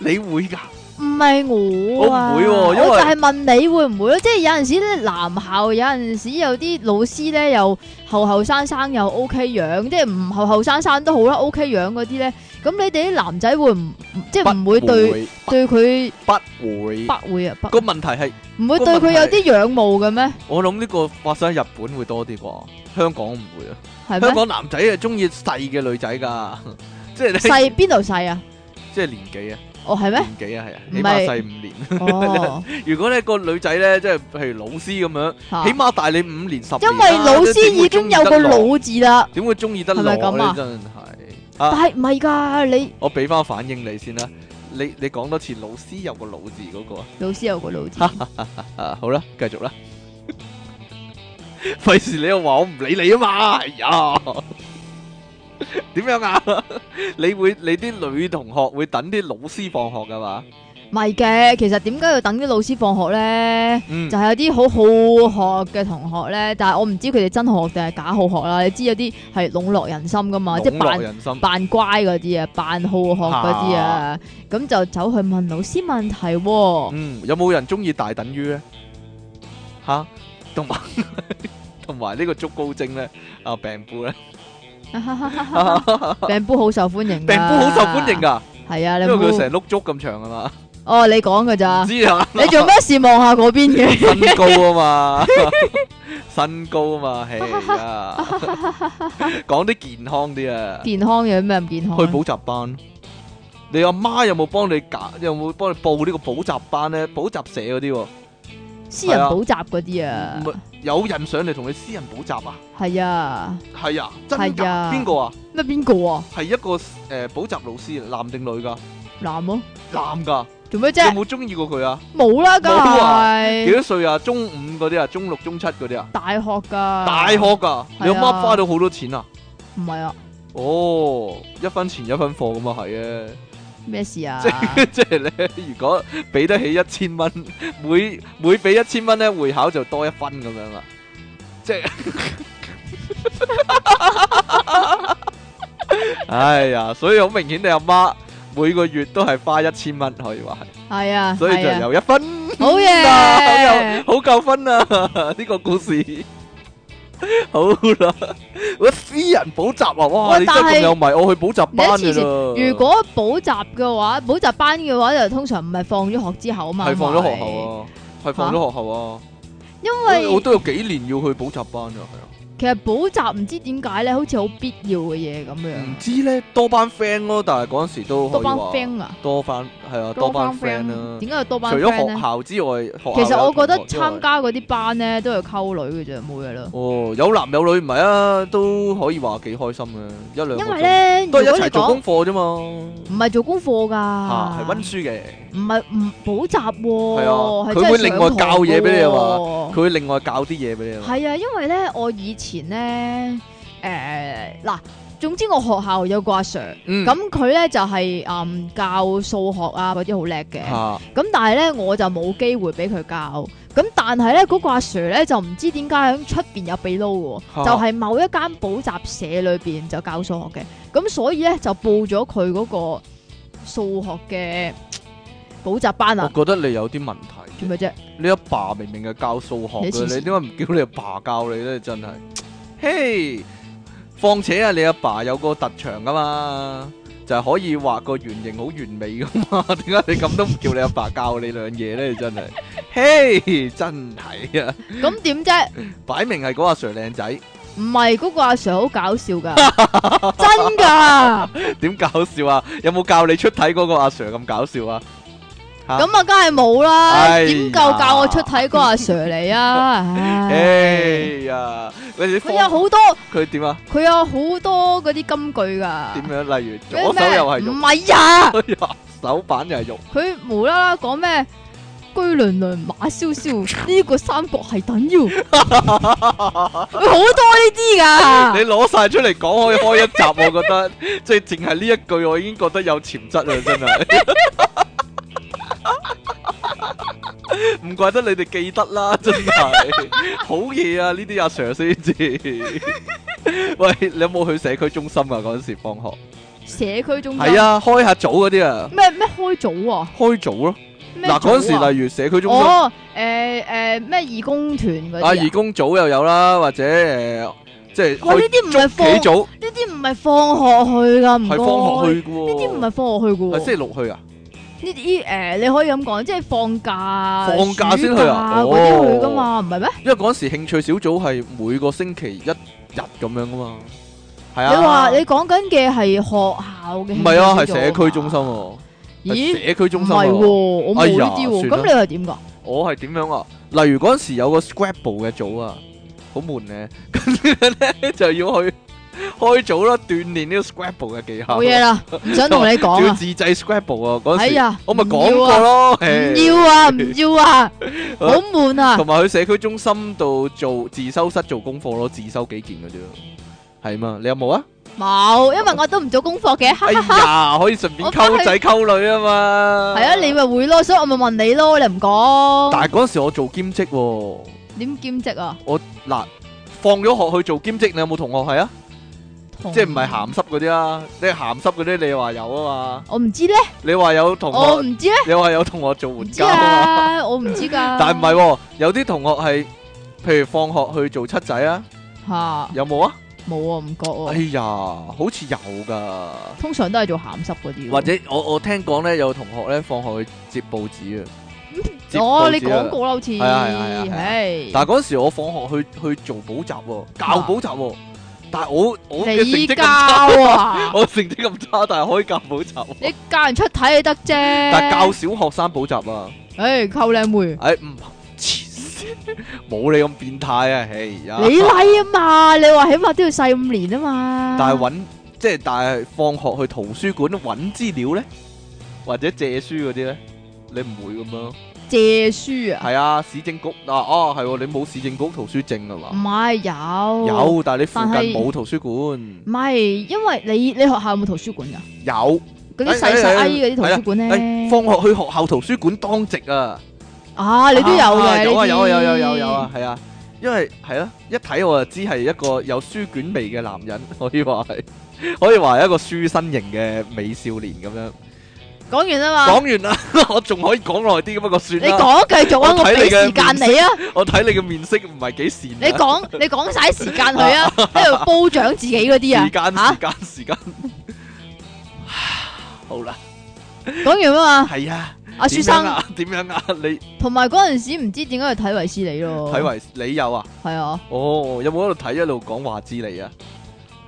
A: 你會㗎？
B: 你唔係我啊？
A: 我唔會喎因為
B: 我就係問你會唔會咯？即係有陣時咧，男校有陣時有啲老師咧，又後後生生又 OK 樣，即係唔後後生生都好啦，OK 樣嗰啲咧，咁你哋啲男仔會唔即係唔會對
A: 會
B: 對佢
A: 不會？
B: 不會啊？不
A: 個問題係，
B: 唔會對佢有啲仰慕嘅咩？
A: 我諗呢個發生喺日本會多啲啩，香港唔會啊。
B: 係
A: 香
B: 咩？
A: 港男仔係中意細嘅女仔㗎， 即係你
B: 細邊度細啊？
A: 即係年紀啊，
B: 哦，係咩？
A: 年紀啊係啊，
B: 唔係
A: 起碼細五年。
B: 哦，
A: 如果呢個女仔咧，即係譬如老師咁樣，
B: 嚇
A: 起碼大你五年十年啦。
B: 因為老師已經有個
A: 老，
B: 老字啦，
A: 點會中意得
B: 係
A: 落
B: 咪咁
A: 咧？
B: 啊
A: 真係
B: 但
A: 啊！
B: 係唔係㗎，你
A: 我俾翻反應你先啦。你你講多次老師有個老字嗰、個啊
B: 老師有個老字，
A: 啊，好啦，繼續啦。 費事你又話我唔理你啊嘛，哎呀， 點樣啊？ 你會你啲女同學會等啲老師放學噶嘛？
B: 唔係嘅。其實點解要等啲老師放學咧？
A: 嗯
B: 就，係有啲好好學嘅同學咧，但係我唔知佢哋真好學定係假好學啦。你知有啲係籠絡人心噶嘛，即
A: 籠絡
B: 係扮
A: 人心，
B: 扮乖嗰啲啊，扮好學嗰啲啊，咁就走去問老師問題喎。
A: 嗯，有冇人中意大等於咧？吓、吓，同埋 同埋呢個竹高精咧，啊病夫咧，
B: 病夫好受歡迎㗎，
A: 病夫好受歡迎噶，
B: 係啊，你
A: 因
B: 唔
A: 為佢
B: 好
A: 成碌竹咁長啊嘛，
B: 哦，你講㗎咋
A: 唔？知啊，
B: 你做咩事望下嗰邊 嘅？
A: 身高啊嘛，身高啊嘛，係啊，講啲健康啲啊，
B: 健康有咩唔健康啊
A: 去？補習班。你阿媽有冇幫你揀？有冇幫你報呢個補習班咧？補習社嗰啲喎，
B: 私人
A: 係啊
B: 補習嗰啲啊
A: 唔，係有人上嚟同你私人補習啊？
B: 係啊，
A: 係啊，真
B: 係
A: 㗎？
B: 啊
A: 邊個啊？
B: 咩邊個啊？
A: 係一個誒補習老師，男定女㗎？
B: 男咯，
A: 男㗎，
B: 做咩
A: 有
B: 啫？
A: 冇中意過佢啊？
B: 冇啦，梗
A: 冇啊幾
B: 係
A: 多歲啊？中五嗰啲啊，中六、中七嗰啲啊，
B: 大學㗎，
A: 大學㗎，你阿媽花咗好多錢啊？
B: 唔係啊？
A: 哦，一分錢一分貨咁啊，係啊。
B: 咩事啊？
A: 即係咧，如果俾得起一千蚊，每每俾一千蚊咧，會考就多一分咁樣啦。即係， 哎呀，所以好明顯你阿媽每個月都係花一千蚊， 可以話係，
B: 係啊，
A: 所以就
B: 係啊
A: 有一分
B: 好
A: 啊，
B: 嘢，
A: 好有好夠分啊！呢個故事。 好啦，我私人補習啊，哇！
B: 喂
A: 你真
B: 但係
A: 係仲有埋我去補習班
B: 你一
A: 嘅
B: 黐線
A: 啦。
B: 如果補習嘅話，補習班嘅話就通常唔係放咗學之後啊嘛，
A: 係放咗學
B: 係
A: 校啊，係放咗學校啊。
B: 因
A: 我我
B: 為
A: 都有幾年要去補習班啊，係
B: 其實補習唔知點解咧，好似好必要嘅嘢咁
A: 啊。唔
B: 樣，
A: 知咧，多班 friend 咯，但係嗰陣時都可
B: 多
A: 以
B: 班
A: 話
B: friend 啊，
A: 多班係啊，多班 friend 啦。
B: 點解有多
A: 除
B: 班
A: 咗
B: friend
A: 學
B: 咧？
A: 校之外，學校
B: 其實
A: 有
B: 我覺得
A: 同學之外
B: 參加嗰啲班咧都係溝女嘅啫，冇嘢啦。
A: 哦，有男有女唔係啊，都可以話幾開心嘅一兩個
B: 因為
A: 鐘，
B: 咧，如
A: 都
B: 果
A: 係
B: 你
A: 一齊做
B: 講
A: 功課啫嘛。
B: 唔係做功課㗎，
A: 嚇，係温書嘅，
B: 唔係唔補習喎，
A: 係啊
B: 係
A: 佢
B: 真
A: 會
B: 係
A: 另外
B: 上
A: 教
B: 堂
A: 嘢俾你啊嘛
B: 喎
A: 佢會另外教啲嘢俾你啊嘛。
B: 係啊，因為咧，我以前咧，誒、嗱，總之我學校有個阿 Sir，
A: 嗯，
B: 咁佢咧就係、嗯教數學啊嗰啲好叻嘅，咁、
A: 嚇
B: 但係咧我就冇機會俾佢教，咁但係咧嗰個阿 Sir 咧就唔知點解喺出邊有被撈嘅
A: 嚇
B: 喎，就係某一間補習社裏邊就教數學嘅，咁所以咧就報咗佢嗰個數學嘅補習班
A: 我
B: 啊，
A: 覺得你有啲問題。
B: 做咩啫？
A: 你阿爸明明係教數學
B: 你
A: 嘅，
B: 黐線
A: 你點解唔叫你阿爸教你咧？真係，嘿，況且啊，你阿爸有個特長噶嘛，就係可以畫個圓形好完美噶嘛， 點解你咁都唔叫你阿爸教你兩嘢咧？真係，嘿，真係啊，
B: 咁點啫？
A: 擺明係嗰阿 Sir 靚仔，
B: 唔係嗰個阿 Sir 好搞笑噶，真噶，
A: 點搞笑啊？有冇教你出體嗰個阿 Sir 咁搞笑啊？
B: 咁啊，梗係冇啦，
A: 哎呀
B: 點夠教我出體嗰個阿 Sir 嚟啊？唉
A: 哎呀，喂你
B: 佢有
A: 放
B: 好多，
A: 佢點啊？
B: 佢有好多嗰啲金句噶，
A: 點樣？例如
B: 咩
A: 左手又係
B: 啊唔
A: 肉，
B: 係啊？
A: 哎呀，手板又係肉。
B: 佢無啦啦講咩？居倫倫馬蕭蕭呢個三角係 等腰，佢好多呢啲噶
A: 你，攞晒出嚟講可以開一集，我覺 得即係淨係呢一句，我已經覺得有潛質啦，真係。唔怪得你哋記得啦，真係好嘢啊！呢啲阿 Sir 先至。喂，你有冇去社區中心啊？嗰陣時放學
B: 社區中
A: 係
B: 心
A: 啊，開下組嗰啲啊，
B: 咩咩開組啊？
A: 開組咯。
B: 咩
A: 嗱，嗰陣
B: 組啊
A: 時例如社區中心啊，
B: 哦，誒誒咩義工團嗰啲啊
A: 義工組又有啦，或者誒即係
B: 喂，呢
A: 開
B: 啲唔係
A: 捉
B: 放
A: 棋組，
B: 呢啲唔係放學去噶，唔該。
A: 係放學去嘅喎。
B: 呢啲唔係放學去
A: 係
B: 噶
A: 星
B: 喎。
A: 期六去啊？
B: 呢啲誒，你可以咁講，即係放假、
A: 放假先去啊哦
B: 暑假嗰啲去噶嘛，唔係咩？
A: 因為嗰陣時興趣小組係每個星期一日咁樣噶嘛，係啊。
B: 你話你講緊嘅係學校嘅，
A: 唔係啊，係社區中心。喎，
B: 咦？
A: 係社區
B: 唔
A: 中心
B: 係喎，
A: 喎。
B: 我
A: 哎
B: 冇
A: 呀
B: 呢啲喎。
A: 算啦
B: 咁你係點㗎？
A: 我係點樣啊？例如嗰陣時有個 Scrabble 嘅組啊，好悶咧， 跟住咧就要去開組啦，鍛鍊呢個 Scrabble 嘅技巧。
B: 冇嘢啦，唔 想同你
A: 仲
B: 講
A: 要
B: 啊。
A: 自製 Scrabble 啊！嗰
B: 哎
A: 陣時
B: 呀，
A: 我咪
B: 唔
A: 講
B: 要
A: 過
B: 啊，
A: 咯，
B: 唔
A: 嘿
B: 要啊，唔要 啊，好悶啊
A: 同。埋去社區中心度做自修室做功課咯，自修幾件嘅啫。係嘛？你有冇啊？
B: 冇，因為我都唔做功課嘅。
A: 哎呀，可以順便溝仔溝女啊嘛。
B: 係啊，你咪會咯，所以我咪問你咯，你唔講。
A: 但係嗰陣時我做兼職喎，
B: 點兼職啊？
A: 嗱，放咗學去做兼職，你有冇同學係啊？
B: 同
A: 即係唔係鹹濕嗰啲啊？你鹹濕嗰啲你話有啊嘛？
B: 我唔知咧，
A: 你話有同
B: 我
A: 學，
B: 唔知咧，
A: 你話有同學做
B: 哦唔
A: 援
B: 知
A: 交啊嘛？
B: 啊，我唔知噶。
A: 但係唔係喎，有啲同學係譬如放學去做七仔啊，
B: 吓
A: 有冇啊？
B: 冇啊，唔覺
A: 哎
B: 喎。
A: 呀，好似有噶，
B: 通常都係做鹹濕嗰啲喎。
A: 或者我我聽講咧，有同學咧放學去接報紙啊，接
B: 哦，你
A: 報紙啊
B: 講過啦，好似
A: 係啊係啊係啊係啊
B: 唉
A: 但係嗰時我放學去去做補習喎，教補習喎，但係我我嘅成
B: 你
A: 績咁
B: 教
A: 差喎，，
B: 啊
A: 我成績咁差，但係可以教補習喎，
B: 你教人出體就得啫。
A: 但係教小學生補習啊，
B: 唉，溝靚妹，
A: 唉唔黐線，冇你咁變態啊，唉呀！
B: 你禮啊嘛，你話起碼都要細五年啊嘛。
A: 但係揾即係但係放學去圖書館揾資料咧，或者借書嗰啲咧，你唔會咁咯。
B: 借書啊，
A: 係啊，市政局啊，哦係喎，你冇市政局圖書證啊
B: 唔
A: 嘛？
B: 係有
A: 有，但係你附
B: 但係
A: 近冇圖書館。
B: 唔係，因為你你學校有冇圖書館㗎？
A: 有，
B: 嗰啲
A: 哎
B: 細細
A: 哎
B: 埃嗰啲圖書館
A: 誒、
B: 咧，
A: 放學去學校圖書館當值啊！
B: 啊，你都有
A: 啊
B: 嘅，
A: à. 有啊
B: 呢啲
A: 有啊有有有有啊，係啊，因為係啊，一睇我就知係一個有書卷味嘅男人，可以話係， 可以話係一個書生型嘅美少年咁樣。
B: 講完啦嘛，
A: 講完啦， 我仲可以講耐啲咁不過算
B: 你
A: 啦。
B: 講繼續啊，
A: 我
B: 我
A: 睇你
B: 俾
A: 嘅
B: 時間你啊，
A: 我睇你嘅面色唔係幾善
B: 你
A: 良。
B: 講你講晒時間佢啊，喺度褒獎自己嗰啲
A: 時間
B: 啊，
A: 時間 時間。好啦，
B: 嚇講完啊嘛，
A: 係啊，
B: 阿
A: 點
B: 書
A: 樣
B: 生
A: 啊？點樣啊？你
B: 同埋嗰陣時唔知點解去睇維斯利咯，
A: 睇為你有啊？
B: 係啊，
A: 哦，有冇喺度睇一路講話之你啊？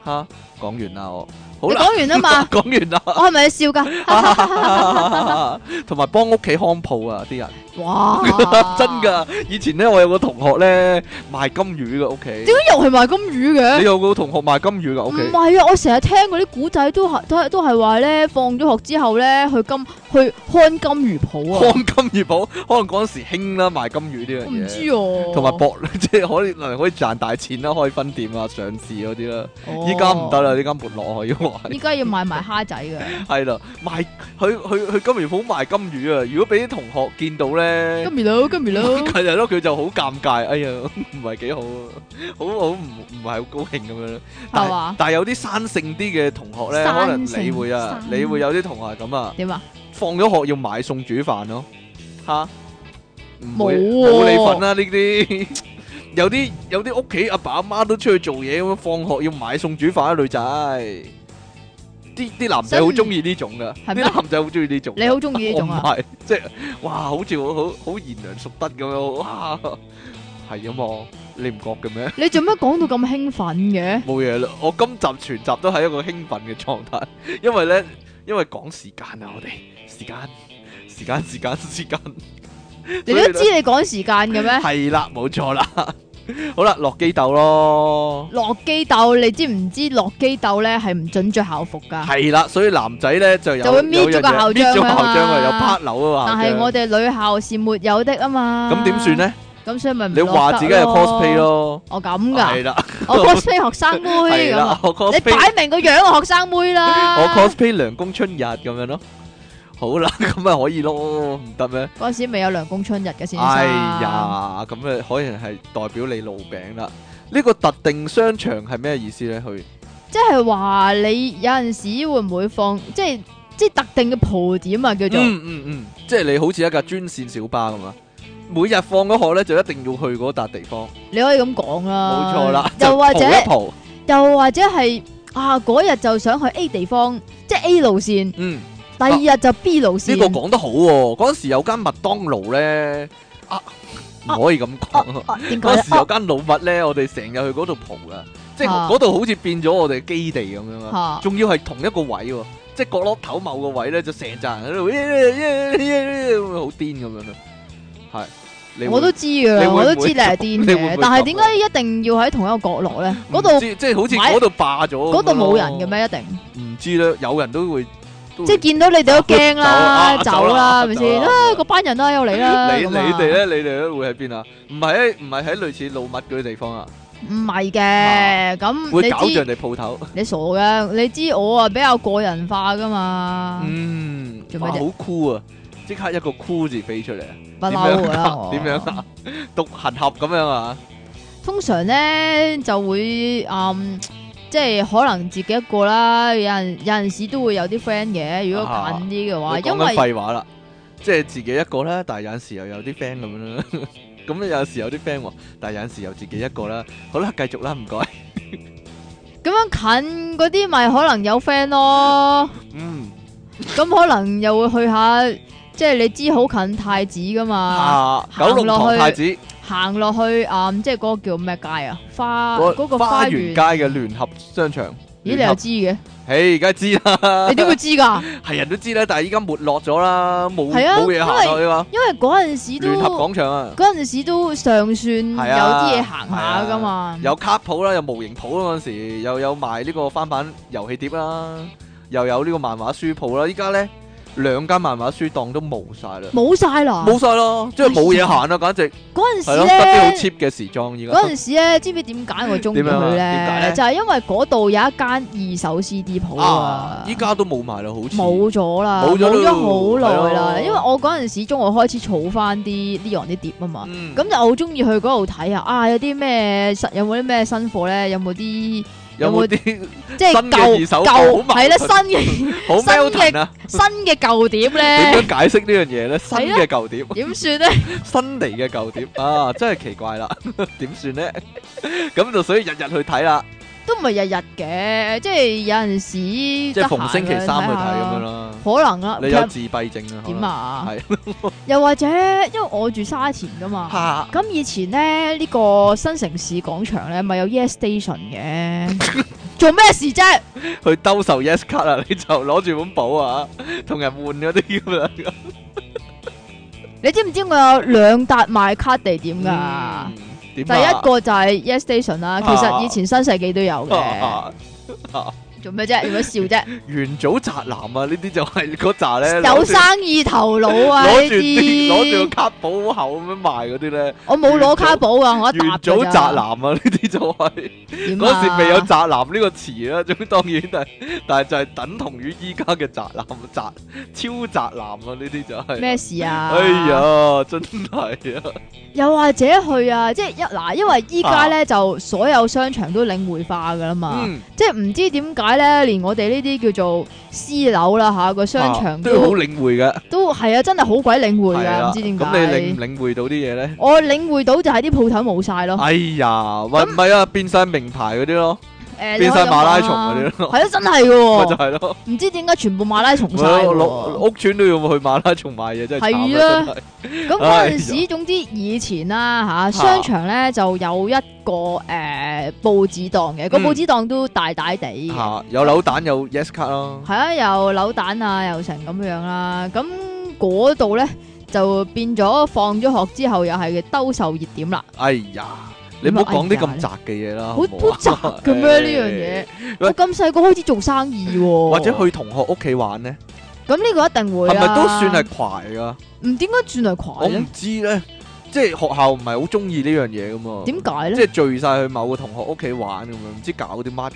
A: 吓，講完啦我，好
B: 你
A: 啦，
B: 講完啦嘛，
A: 講完
B: 我係咪笑㗎？
A: 啦，同埋幫屋企看鋪啊啲人，，
B: 哇
A: 真，噶！以前咧我有個同學咧賣金魚嘅屋企
B: 點，解又係賣金魚嘅
A: 你？有個同學賣金魚嘅
B: 唔
A: 屋企。
B: 係啊！我成日聽嗰啲古仔都係都係都係話咧，放咗學之後咧去金去看金魚鋪啊！
A: 看金魚鋪，可能嗰陣時興啦賣金魚呢
B: 我
A: 樣
B: 唔
A: 嘢，
B: 知哦。
A: 同埋博 即係可以可以賺大錢啦，開分店啊、上市嗰啲啦。
B: 哦
A: 依家唔得，啦，依家沒落可以話
B: 依家要賣埋蝦仔 嘅。
A: 係啦，賣去去去金魚鋪賣金魚啊！如果俾啲同學見到咧
B: 金，魚佬，金 魚佬，
A: 佢就咯，佢就好尷尬，哎呀， 唔係幾好啊，好好唔唔係好高興咁樣啦。但
B: 係嘛
A: 但係有啲生性啲嘅同學咧，可能
B: 生性
A: 你會啊，
B: 生
A: 你會有啲同學係咁啊。
B: 點啊？
A: 放咗學要買餸煮飯咯，吓唔會
B: 冇喎
A: 冇你份啦呢啲， 有啲有啲屋企阿爸阿媽都出去做嘢咁樣，放學要買餸煮飯啊女仔，啲啲男仔好中意呢種噶，啲
B: 係咩
A: 男仔好中意呢種㗎，
B: 你好中意呢種 啊
A: 我唔係即係哇，好似好好好賢良淑德咁樣，哇係啊嘛，你唔覺嘅咩？
B: 你做咩講到咁興奮 嘅？
A: 冇嘢啦，我今集全集都係一個興奮嘅狀態， 因為咧，因為講時間啊，我哋時間，時間， 時間，時間，
B: 你都知你趕時間嘅咩？
A: 係啦，冇錯啦。 好啦，落機鬥咯，
B: 落機鬥，你知唔知落機鬥咧係唔準着校服㗎？
A: 係啦，所以男仔咧就有
B: 就會搣咗個校
A: 有樣嘢搣咗
B: 章啊
A: 校
B: 嘛
A: 章啊，有 part 樓啊
B: 但
A: 嘛，
B: 係我哋女校是沒有的啊嘛。
A: 咁點算？咧？
B: 咁所以咪唔
A: 你
B: 落
A: 話
B: 得
A: 自己係 cosplay。咯，
B: 我咁㗎，
A: 係啦，
B: 我 cosplay 學生妹
A: 係
B: 咁啊
A: 啦，。我
B: 你
A: cosplay
B: 擺明個樣啊，學生妹啦。
A: 我 cosplay 梁公春日咁樣咯，好啦， 咁咪可以咯，唔得咩？
B: 嗰陣時未有梁公春日嘅先生。
A: 哎，呀，咁啊，可能係代表你老餅啦。呢個特定商場係咩意思咧？去
B: 即係話你有陣時會唔會放，即係即係特定嘅蒲點啊，叫做
A: 嗯嗯嗯，即係你好似一架專線小巴咁啊！每日放咗學咧，就一定要去嗰笪地方，
B: 你可以咁講
A: 冇
B: 啦。
A: 錯啦。
B: 啊又或者
A: 就蒲一蒲，
B: 又或者係啊，嗰日就想去 A 地方，即係 A 路線，
A: 嗯，
B: 第二日就 B 路
A: 呢
B: 線。
A: 個講得好喎。嗰陣時有間麥當勞咧，啊，
B: 啊
A: 唔可以咁講。
B: 啊點解
A: 嗰陣
B: 咧
A: 時？有
B: 哦
A: 間老麥咧，我哋成日去嗰度蒲噶，即係
B: 啊
A: 嗰度好似變咗我哋基地咁樣啊。
B: 嚇
A: 仲要係同一個位喎，即係角落頭某個位咧，就成扎人喺度，好癲咁樣咯。係，你
B: 我都知㗎
A: 你會
B: 啦，
A: 唔
B: 我
A: 會
B: 都知你係癲
A: 你會唔會
B: 嘅，但係
A: 咁
B: 點解一定要喺同一個角落咧？嗰度
A: 即係好似嗰度霸咗，
B: 嗰度冇人嘅？咩？一定
A: 唔知咧，有人都會，
B: 即係見到你哋都驚啦，
A: 嗯啊走啊
B: 走啦，係咪
A: 走
B: 先
A: 啦
B: 啊？嗰班人啦，又嚟 啦，
A: 你你
B: 咁
A: 哋
B: 啊
A: 咧，你哋咧會喺邊啊？唔係喺唔係喺類似老麥嗰啲地方啊，
B: 唔係
A: 啊
B: 嘅，咁
A: 會搞住
B: 嗯
A: 人
B: 你知啊
A: 哋鋪頭。
B: 你傻嘅，你知我啊比較個人化噶嘛，
A: 嗯，
B: 做
A: 哇，
B: 咩啫
A: 好酷啊！即刻一個酷字飛出嚟啊！
B: 不嬲噶啦。我
A: 點樣？啊？獨行俠咁樣啊？
B: 通常咧就會嗯。即係可能自己一個啦，有陣有陣時都會有啲 friend 嘅。如果
A: 啊
B: 近啲嘅話，
A: 你講
B: 因
A: 緊
B: 為
A: 廢話啦，即係自己一個啦，但係有陣時又有啲 friend 咁樣啦。咁有時有啲 friend 喎，但係有陣時又自己一個啦。好啦，繼續啦，唔該。
B: 咁樣近嗰啲咪可能有 friend 咯，
A: 嗯，
B: 咁可能又會去下，即係你知好近太子噶嘛，
A: 啊，
B: 行
A: 九龍
B: 落
A: 塘
B: 去
A: 太子
B: 行落去啊、嗯即係嗰個叫咩街啊？花嗰、
A: 嗰
B: 個
A: 花
B: 花
A: 園
B: 園，
A: 街嘅聯合商場。
B: 咦你
A: 聯
B: 又
A: 合
B: 知 嘅？
A: 唉，而家知啦，
B: 你點會知㗎？
A: 係人都知啦，但係依家沒落咗啦，冇
B: 係啊
A: 冇嘢行落去嘛。
B: 因為嗰陣時
A: 聯合
B: 都
A: 廣場啊，
B: 嗰陣時都尚算有
A: 係啊
B: 啲嘢行下噶嘛，
A: 有卡鋪啦，有模型鋪啦，嗰陣時又有賣呢個翻版遊戲碟啦，又有呢個漫畫書鋪啦。依家咧兩間漫畫書檔都冇晒啦，
B: 冇晒啦。
A: 冇晒咯，即係冇嘢行啦，簡 直
B: 嗰陣
A: 係咯，得
B: 時
A: 啲好
B: 咧。
A: cheap 嘅時裝依家。
B: 嗰陣時咧，知唔知點解我中意
A: 點樣啊
B: 佢
A: 點解咧
B: 咧？就係因為嗰度有一間二手 CD 鋪
A: 啊
B: 啊！，
A: 依家都冇賣啦，好似
B: 冇咗啦，
A: 冇
B: 冇
A: 咗咯
B: 咗好
A: 係
B: 耐
A: 咯
B: 啦。因為我嗰陣時中學開始儲翻啲 Leon 啲碟啊嘛，
A: 嗯
B: 咁就好中意去嗰度睇下啊，有啲咩實有冇啲咩新貨咧？有冇啲
A: 有冇 啲
B: 即係
A: 新嘅二
B: 舊
A: 手貨
B: 舊
A: 好
B: 係啦，
A: 矛
B: 新
A: 盾
B: 嘅
A: 好
B: 新嘅
A: Melton 啊？
B: 新嘅舊碟
A: 點
B: 咧？
A: 樣解釋呢樣嘢咧？新嘅舊碟。
B: 點算咧？
A: 新嚟嘅舊碟啊，真係奇怪啦， 點算呢？咁就所以日日去睇啦，
B: 都唔係日日嘅，即係有陣時即
A: 即係逢星期三去睇咁樣
B: 啦。
A: 啦。
B: 可能啦，
A: 你有自閉症啊？
B: 點啊？
A: 係
B: 又或者咧，因為我住沙田噶嘛，
A: 嚇
B: 咁以前咧呢、個新城市廣場咧咪有 Yes Station 嘅，做咩事啫？
A: 可 能？去兜售 Yes 卡啦， 你就攞住本簿啊，同人換嗰啲咁樣。
B: 你知唔知我有兩笪賣卡地點噶？
A: 嗯點啊
B: 第 一個就係 Yes Station 啦，其實以前新世紀都有
A: 個
B: 嘅。做咩啫？有乜笑啫？
A: 元祖宅男啊，呢啲就係嗰扎咧，
B: 有生意頭腦啊！呢
A: 攞住啲攞住個
B: 啲
A: 卡簿厚咁樣賣嗰啲咧，
B: 我冇攞卡簿啊，我一沓
A: 元
B: 㗎
A: 祖
B: 咋
A: 宅男啊，呢啲就係。
B: 點啊
A: 嗰時未有宅男呢個詞啦，咁當然係，但係就係等同於依家嘅宅男宅超宅男啊！呢啲就係、
B: 咩事啊？
A: 哎呀，真係啊！
B: 又或者去啊，即係一嗱，因為依家咧就所有商場都領匯化噶啦嘛，
A: 嗯，
B: 即係唔知點解咧，連我哋呢啲叫做私樓啦吓個商
A: 啊
B: 場
A: 都好
B: 都
A: 領會嘅，
B: 都係啊，真係好鬼領
A: 係
B: 匯噶，
A: 啦
B: 唔知點
A: 咁你領唔
B: 解。
A: 領會到啲嘢咧？
B: 我領會到就係啲鋪頭冇晒咯，
A: 哎呀，喂，唔係啊，變晒名牌嗰啲咯，
B: 誒
A: 變晒馬拉松
B: 嗰
A: 嗰啲咯，
B: 係啊，真係
A: 咪就
B: 喎，
A: 係咯，
B: 唔知點解全部馬拉松晒
A: 我
B: 喎
A: 落。屋村都要去馬拉松買嘢，真係慘
B: 係
A: 啊！真
B: 啊
A: 係
B: 咁
A: 哎
B: 嗰
A: 呀啊
B: 陣時，總之以前啦嚇，商場咧就有一個誒報紙檔嘅，個
A: 嗯啊
B: 報紙檔都大大地嘅。
A: 嚇有扭蛋有 yes 卡咯，
B: 係啊，又扭蛋啊，又成咁樣啦。咁嗰度咧就變咗放咗學之後又係兜售熱點啦，
A: 哎呀！你唔好講啲咁
B: 哎呀
A: 窄嘅嘢啦，
B: 好
A: 好唔好啊哎
B: 好窄咁樣 呢樣嘢。我咁細個開始做生意喎，
A: 或者去同學屋企玩咧，
B: 咁呢個一定會
A: 係咪
B: 啦。
A: 都算係攜噶？
B: 唔點解算係
A: 我
B: 狂咧
A: 唔？知咧，即係學校唔係好中意呢樣嘢噶嘛？
B: 點解
A: 即
B: 咧？
A: 係聚晒去某個同學屋企玩咁樣，唔知搞啲乜咁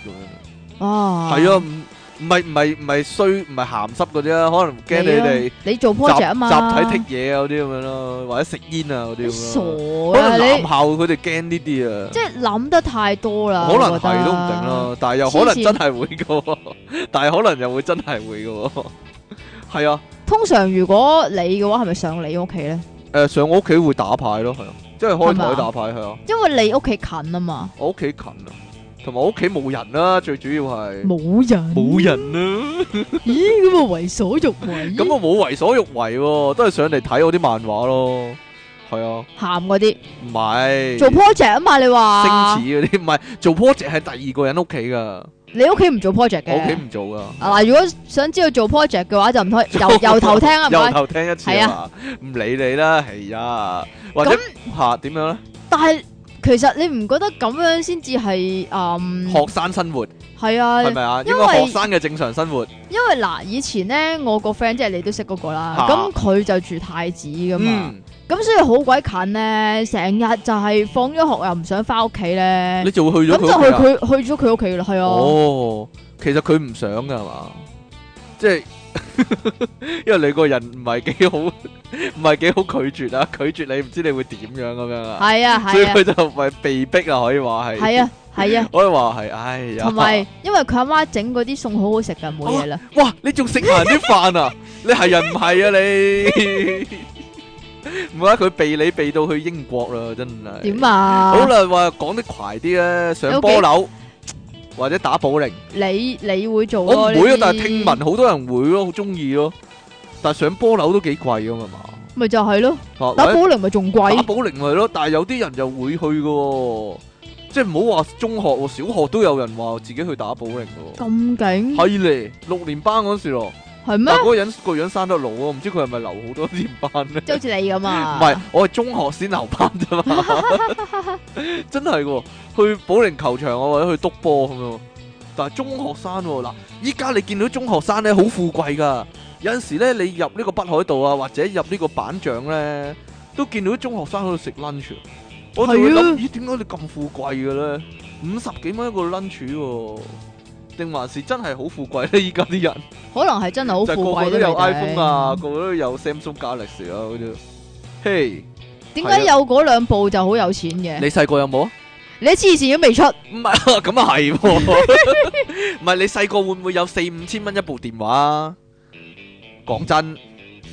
A: 樣。
B: 啊，
A: 係啊，唔唔係唔係唔係衰，唔係鹹濕嗰啲啦，可能驚你哋
B: 啊你做 project 啊嘛，
A: 集集體剔嘢啊嗰啲咁樣咯，或者食煙啊嗰啲咁
B: 傻
A: 樣咯。
B: 啊
A: 可能男
B: 你，
A: 校佢哋驚呢啲啊。
B: 即係諗得太多啦，
A: 可能
B: 我覺得
A: 係都唔定啦，但係又可能
B: 黐線
A: 真係會噶喎， 但係可能又會真係會噶喎，係啊。
B: 通常如果你嘅話，係咪上你屋企咧？
A: 誒、上我屋企會打牌咯，係啊，即係開
B: 係嘛
A: 台打牌係啊，
B: 因為你屋企近啊嘛，
A: 我屋企近啊，同埋我屋企冇人啦、最主要係
B: 冇人，
A: 冇人啦、
B: 咦，咁啊為所欲為，
A: 咁我冇為所欲為喎、都係上嚟睇我啲漫畫咯，係啊，
B: 鹹嗰啲
A: 唔係
B: 做 project 啊嘛，你話
A: 星矢嗰啲，唔係做 project 係第二個人屋企噶，
B: 你屋企唔做 project
A: 我屋企
B: 嘅。
A: 唔做噶，
B: 啊嗱，如果想知道做 project 嘅話，就唔可 以由由頭聽啊，唔
A: 由
B: 該。
A: 頭聽一次
B: 係
A: 啊，唔理你啦，係啊，或者嚇點樣咧？
B: 但係其實你唔覺得咁樣先至係嗯
A: 學生生活
B: 係啊？
A: 係咪啊？
B: 因
A: 應該
B: 為
A: 學生嘅正常生活
B: 因為嗱，以前咧我個 friend 即係你都識嗰個啦，
A: 嚇
B: 咁佢就住太子噶嘛，
A: 嗯，
B: 咁啊所以好鬼近咧，成日就係放咗學又唔想翻屋企咧
A: 你，就會去
B: 咁
A: 咗
B: 就
A: 佢屋企
B: 去
A: 啊。
B: 佢去咗佢屋企啦，係啊，
A: 哦，其實佢唔想噶係嘛，即係 因為你個人唔係幾好， 唔係幾好拒絕啊，拒絕你唔知你會點樣咁樣啊，
B: 係啊，
A: 所以
B: 係啊，
A: 佢就咪被逼啊，可以話係，
B: 係啊，係 啊。
A: 可以話係，唉呀，
B: 同埋，因為佢阿媽整嗰啲餸好好食噶，冇嘢啦。
A: à? 哇，你仲食埋人啲飯啊，你係人唔係啊你？唔係啊，佢避你避到去英國啦，真係。
B: 點啊？
A: 哦好啦，話講得快啲咧，上波樓或者打保齡，
B: 你你會做
A: 我
B: 咯？
A: 唔會啊
B: 呢啲，
A: 但係聽聞好多人會咯，好中意咯。但係上波樓都幾貴噶嘛嘛，
B: 咪就係咯，
A: 啊或
B: 打
A: 者
B: 保齡咪仲
A: 打
B: 貴，
A: 保齡咪咯，但係有啲人就會去噶喎，即係唔好話中學喎，小學都有人話自己去打保齡噶
B: 咁
A: 喎，
B: 勁
A: 係咧，六年班嗰時咯，
B: 係咩
A: 但係？嗰個人個樣生得老啊，唔知佢係咪留好多年班咧？
B: 即係好似你咁啊？
A: 唔係，我係中學先留班啫嘛， 真係喎！去保齡球場啊，或者去督波咁樣。但係中學生喎，嗱，依家你見到中學生咧好富貴噶，有陣時咧你入呢個北海道啊，或者入呢個板長咧，都見到啲中學生喺度食 lunch 啊。我就會
B: 係
A: 諗，
B: 啊
A: 咦，點解你咁富貴嘅咧？五十幾蚊一個 lunch 喎，定還是真係好富貴咧？依家啲人。
B: 可能係真係好
A: 就
B: 富
A: 個個
B: 貴
A: 都
B: 都
A: 有
B: 未定
A: iPhone 啊，個個都有 Samsung Galaxy 啊嗰啲。嘿，
B: 點解有嗰兩部就好有錢嘅？
A: 啊你細個有冇啊？
B: 你黐線都未出，
A: 唔係啊， 咁啊 係喎。唔係你細個會唔會有四五千蚊一部電話啊？講真，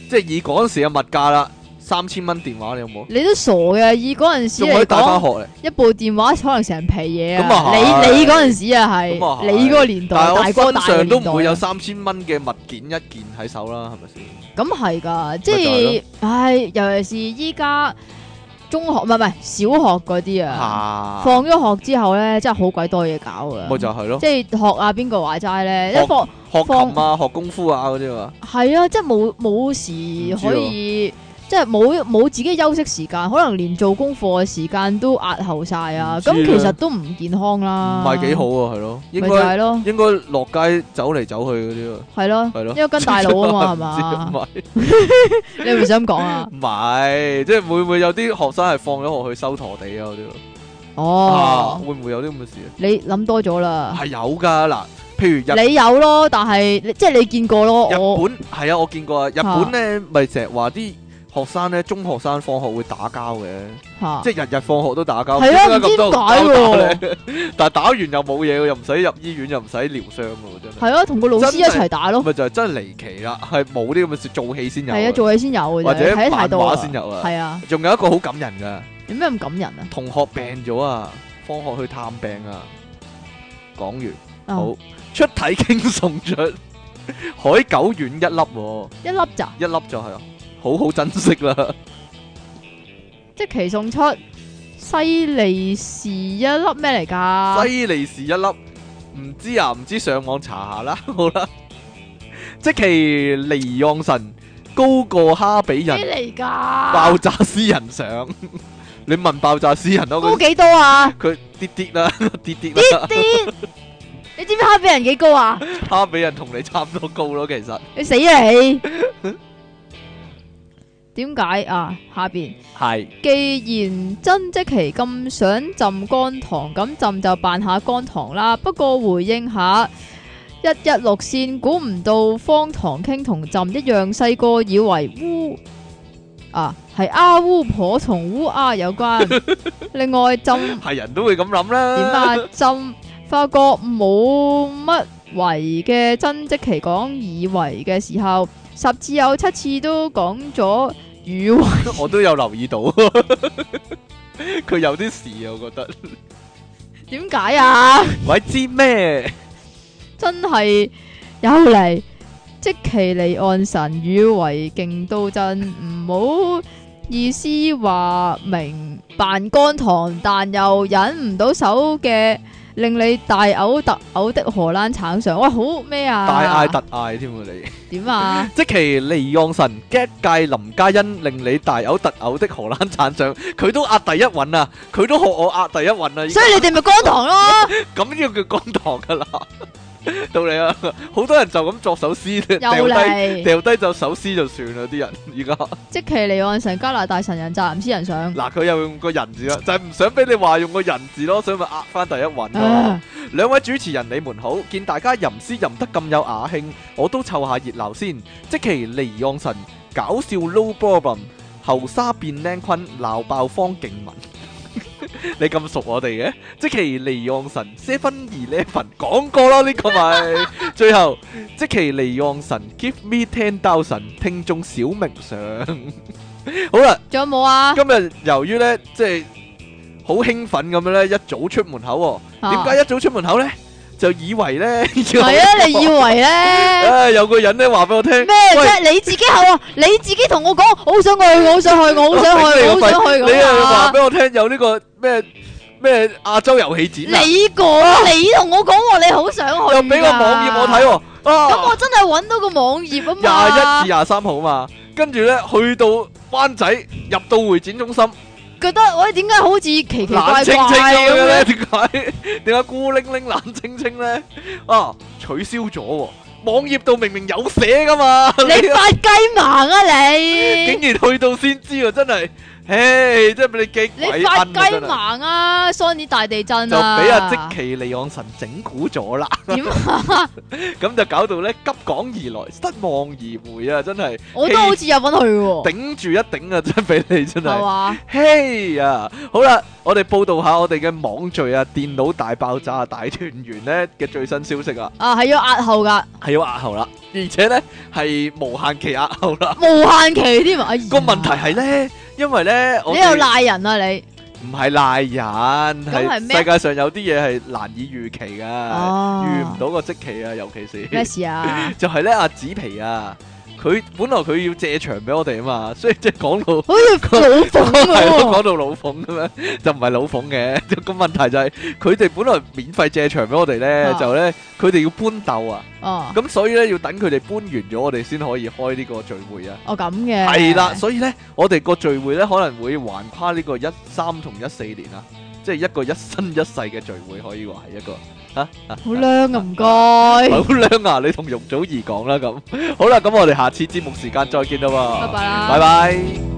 A: 即係以嗰陣時嘅物價啦，三千蚊電話你有冇？
B: 你都傻嘅。以嗰陣時
A: 仲可
B: 嚟
A: 以帶翻
B: 講，
A: 學嚟。
B: 一部電話可能成皮嘢
A: 咁啊
B: 啊！
A: 係
B: 你你嗰陣時啊係，
A: 咁啊係
B: 你嗰個年代
A: 但
B: 大
A: 係
B: 哥
A: 我
B: 大
A: 身
B: 嘅
A: 上都
B: 年
A: 唔會有
B: 代，啊
A: 三千蚊嘅物件一件喺手啦，係咪先？
B: 咁係㗎，即
A: 咪就係
B: 係唉，尤其是依家中學唔係唔係小學嗰啲啊，
A: 嚇，
B: 放咗學之後咧，真係好鬼多嘢搞
A: 咪
B: 㗎。
A: 就係咯，
B: 即係學啊，邊個話齋咧？
A: 學
B: 一放
A: 學琴啊，學功夫啊嗰啲啊嘛。
B: 係啊，即係冇冇
A: 唔知啊
B: 時可以，即係冇冇自己休息時間，可能連做功課嘅時間都壓後晒啊！
A: 唔知
B: 咁
A: 咧
B: 其實都唔健康啦，
A: 唔係幾好，啊，係咯，應
B: 咪就
A: 該。
B: 係咯，
A: 應該落街走嚟走去嗰啲喎，
B: 係咯，
A: 係咯，
B: 因為跟大佬啊嘛，係嘛，
A: 嘛， 唔
B: 你係咪想講 啊？
A: 係唔係，即係會唔會有啲學生係放咗學去收陀地啊嗰啲喎？啊，
B: 哦，
A: 會唔會有啲咁嘅事啊？
B: 你諗多咗啦，
A: 係有㗎嗱，譬如日
B: 你有咯，但係你即係你見過咯，我
A: 日本係啊，我見過啊，日本咧咪成日話啲學生咧，中學生放學會打交嘅，
B: 吓
A: 即係日日放學都打交，
B: 係啊
A: 點解咁多人
B: 唔知點
A: 打交咧 但係打完又冇嘢喎，又唔使入醫院，又唔使療傷喎，真係。
B: 係啊咯，同個老師一
A: 真係
B: 齊 打咯，
A: 咪就係真係離奇啦，係冇啲咁嘅事，做戲先有
B: 係啊，
A: 嘅，
B: 做嘢先有嘅啫，
A: 或者
B: 睇得太
A: 漫
B: 多
A: 畫
B: 啊
A: 先，有啊。
B: 係啊，
A: 仲有一個好感人噶，
B: 有咩咁感人啊？
A: 同學病咗啊，放學去探病啊。講完
B: 啊
A: 好出體傾送出海狗丸一粒、喎，
B: 一粒咋，
A: 一粒就係、好好珍惜啦。
B: 即期送出西利士一粒咩嚟㗎？
A: 西利士一粒，唔知啊，唔知上網查下啦， 好啦。即其尼昂神高過哈比
B: 咩
A: 人，
B: 嚟㗎？
A: 爆炸私人相。 你問爆炸私人咯，
B: 高
A: 佢
B: 幾 多啊？
A: 佢跌跌啦，跌跌啦，
B: 啲你知唔知哈比人幾高啊？
A: 哈比人同你差唔多高咯，其實
B: 你死啊你！點解啊？下邊
A: 係。
B: 既然真即期咁想浸乾糖，咁浸就扮下乾糖啦。不過回應下一一六線，估唔到方糖傾同浸一樣細個，以為烏啊係阿烏婆同烏鴉有關。另外浸。
A: 系人都會咁諗啦。
B: 点啊？浸發覺冇乜為嘅真即其講以為嘅時候，十次有七次都講咗以為，
A: 我都有留意到，佢有啲事啊，我覺得。
B: 點解啊？
A: 喂，知咩？
B: 真係有嚟即其離岸神以為勁到震，唔好意思話明扮乾糖，但又忍唔到手嘅。令你大嘔特嘔的荷蘭橙上，喂好咩啊？
A: 大嗌特嗌添啊！你
B: 點 啊？
A: 即其離岸神 get 界林嘉欣令你大嘔特嘔的荷蘭產相，佢都壓第一韻啊！佢都學我壓第一韻啊！
B: 所以你哋咪乾糖咯，
A: 咁要叫光堂噶啦， 到你啦！好多人就咁作首詩，
B: 又
A: 掉低
B: 嚟，
A: 掉低就首詩就算啦！啲人而家
B: 即其離岸神加拿大神人宅男詩人上，
A: 嗱，佢又用個人字啦，就係唔想俾你話用個人字咯，所以咪壓翻第一韻咯。
B: 啊
A: 兩位主持人，你們好！見大家吟詩吟得咁有雅興，我都湊下熱鬧先。即其離岸神，搞笑 low problem，後沙變靚坤，鬧爆方敬文。 你咁熟我哋嘅？即其離岸神 seven eleven 講過啦，呢、個咪最後即其離岸神 give me ten thousand 聽眾小明上。 好啦，
B: 仲有冇啊？
A: 今日由於咧即係好興奮咁樣咧，一早出門口
B: Ờ。
A: 喎。
B: 啊
A: 點解一早出門口咧？就以為咧
B: 系啊，你以為 咧
A: 啊有個人咧話俾我聽，
B: 咩啫？你自己係喎，你自己同我講，好想去，我好想去，我好想去，我好想去
A: 你
B: 咁
A: 又話
B: 啊！
A: 俾我聽有呢個咩咩亞洲遊戲展啊？
B: 你講，你同我講喎，你好想去，
A: 又俾個網頁我睇。喎，
B: 咁我
A: 啊
B: 真係揾到個網頁
A: 廿
B: 啊
A: 一
B: 嘛
A: 至，廿三號嘛，跟住咧去到灣仔，入到會展中心，
B: 覺得喂點解好似奇奇怪怪
A: 冷清清咁樣咧，
B: 咁樣？
A: 點解點解孤零零冷清清咧？啊，取消咗喎，網頁度明明有寫噶嘛，
B: 你發雞盲啊
A: 竟
B: 你！
A: 然去到先知啊，真係，唉，真係俾你激鬼
B: 你
A: 奀
B: 發
A: 啊，
B: 雞
A: 真係
B: 盲啊！Sony 大地震
A: 就
B: 啊！
A: 俾阿即奇利昂神整蠱咗 啦，
B: 點啊？
A: 咁就搞到咧急趕而來，失望而回啊！真係
B: 我都好似有份去 喎，
A: 頂住一頂啊，真係俾你真係
B: 係。嘛？
A: 嘿啊！好啦，我哋報道下我哋嘅網聚啊，電腦大爆炸啊大團圓咧嘅最新消息啊，
B: 啊，係要押後㗎。
A: 係要押後啦，而且咧係無限期押後啦。
B: 無限期添啊！哎呀
A: 個問題係咧，因為咧我
B: 你又
A: 哋
B: 賴人啊你！
A: 唔係賴人，
B: 係
A: 係
B: 咩
A: 世界上有啲嘢係難以預期噶，
B: 哦，
A: 預唔到個即期啊，尤其是？
B: 咩事啊
A: 就係咧阿紫皮啊，佢本來佢要借場俾我哋啊嘛，所以 即係講到。
B: 好似啊老 馮
A: 係咯，
B: 咁
A: 講到老馮咁樣， 就唔係老馮嘅。 個問題就係佢哋本來免費借場俾我哋咧，
B: 啊
A: 就咧佢哋要搬竇啊，
B: 喎。哦，
A: 咁所以咧要等佢哋搬完咗，我哋先可以開呢個聚會啊。
B: 哦咁嘅。
A: 係啦，所以咧我哋個聚會咧可能會橫跨呢個一三同一四年啊，即係一個一生一世嘅聚會，可以話係一個。
B: 好靚啊，唔該。
A: 好靚啊！你同容祖兒講啦咁。好啦，咁我哋下次節目時間再見啦喎。
B: 拜拜啦
A: 拜拜。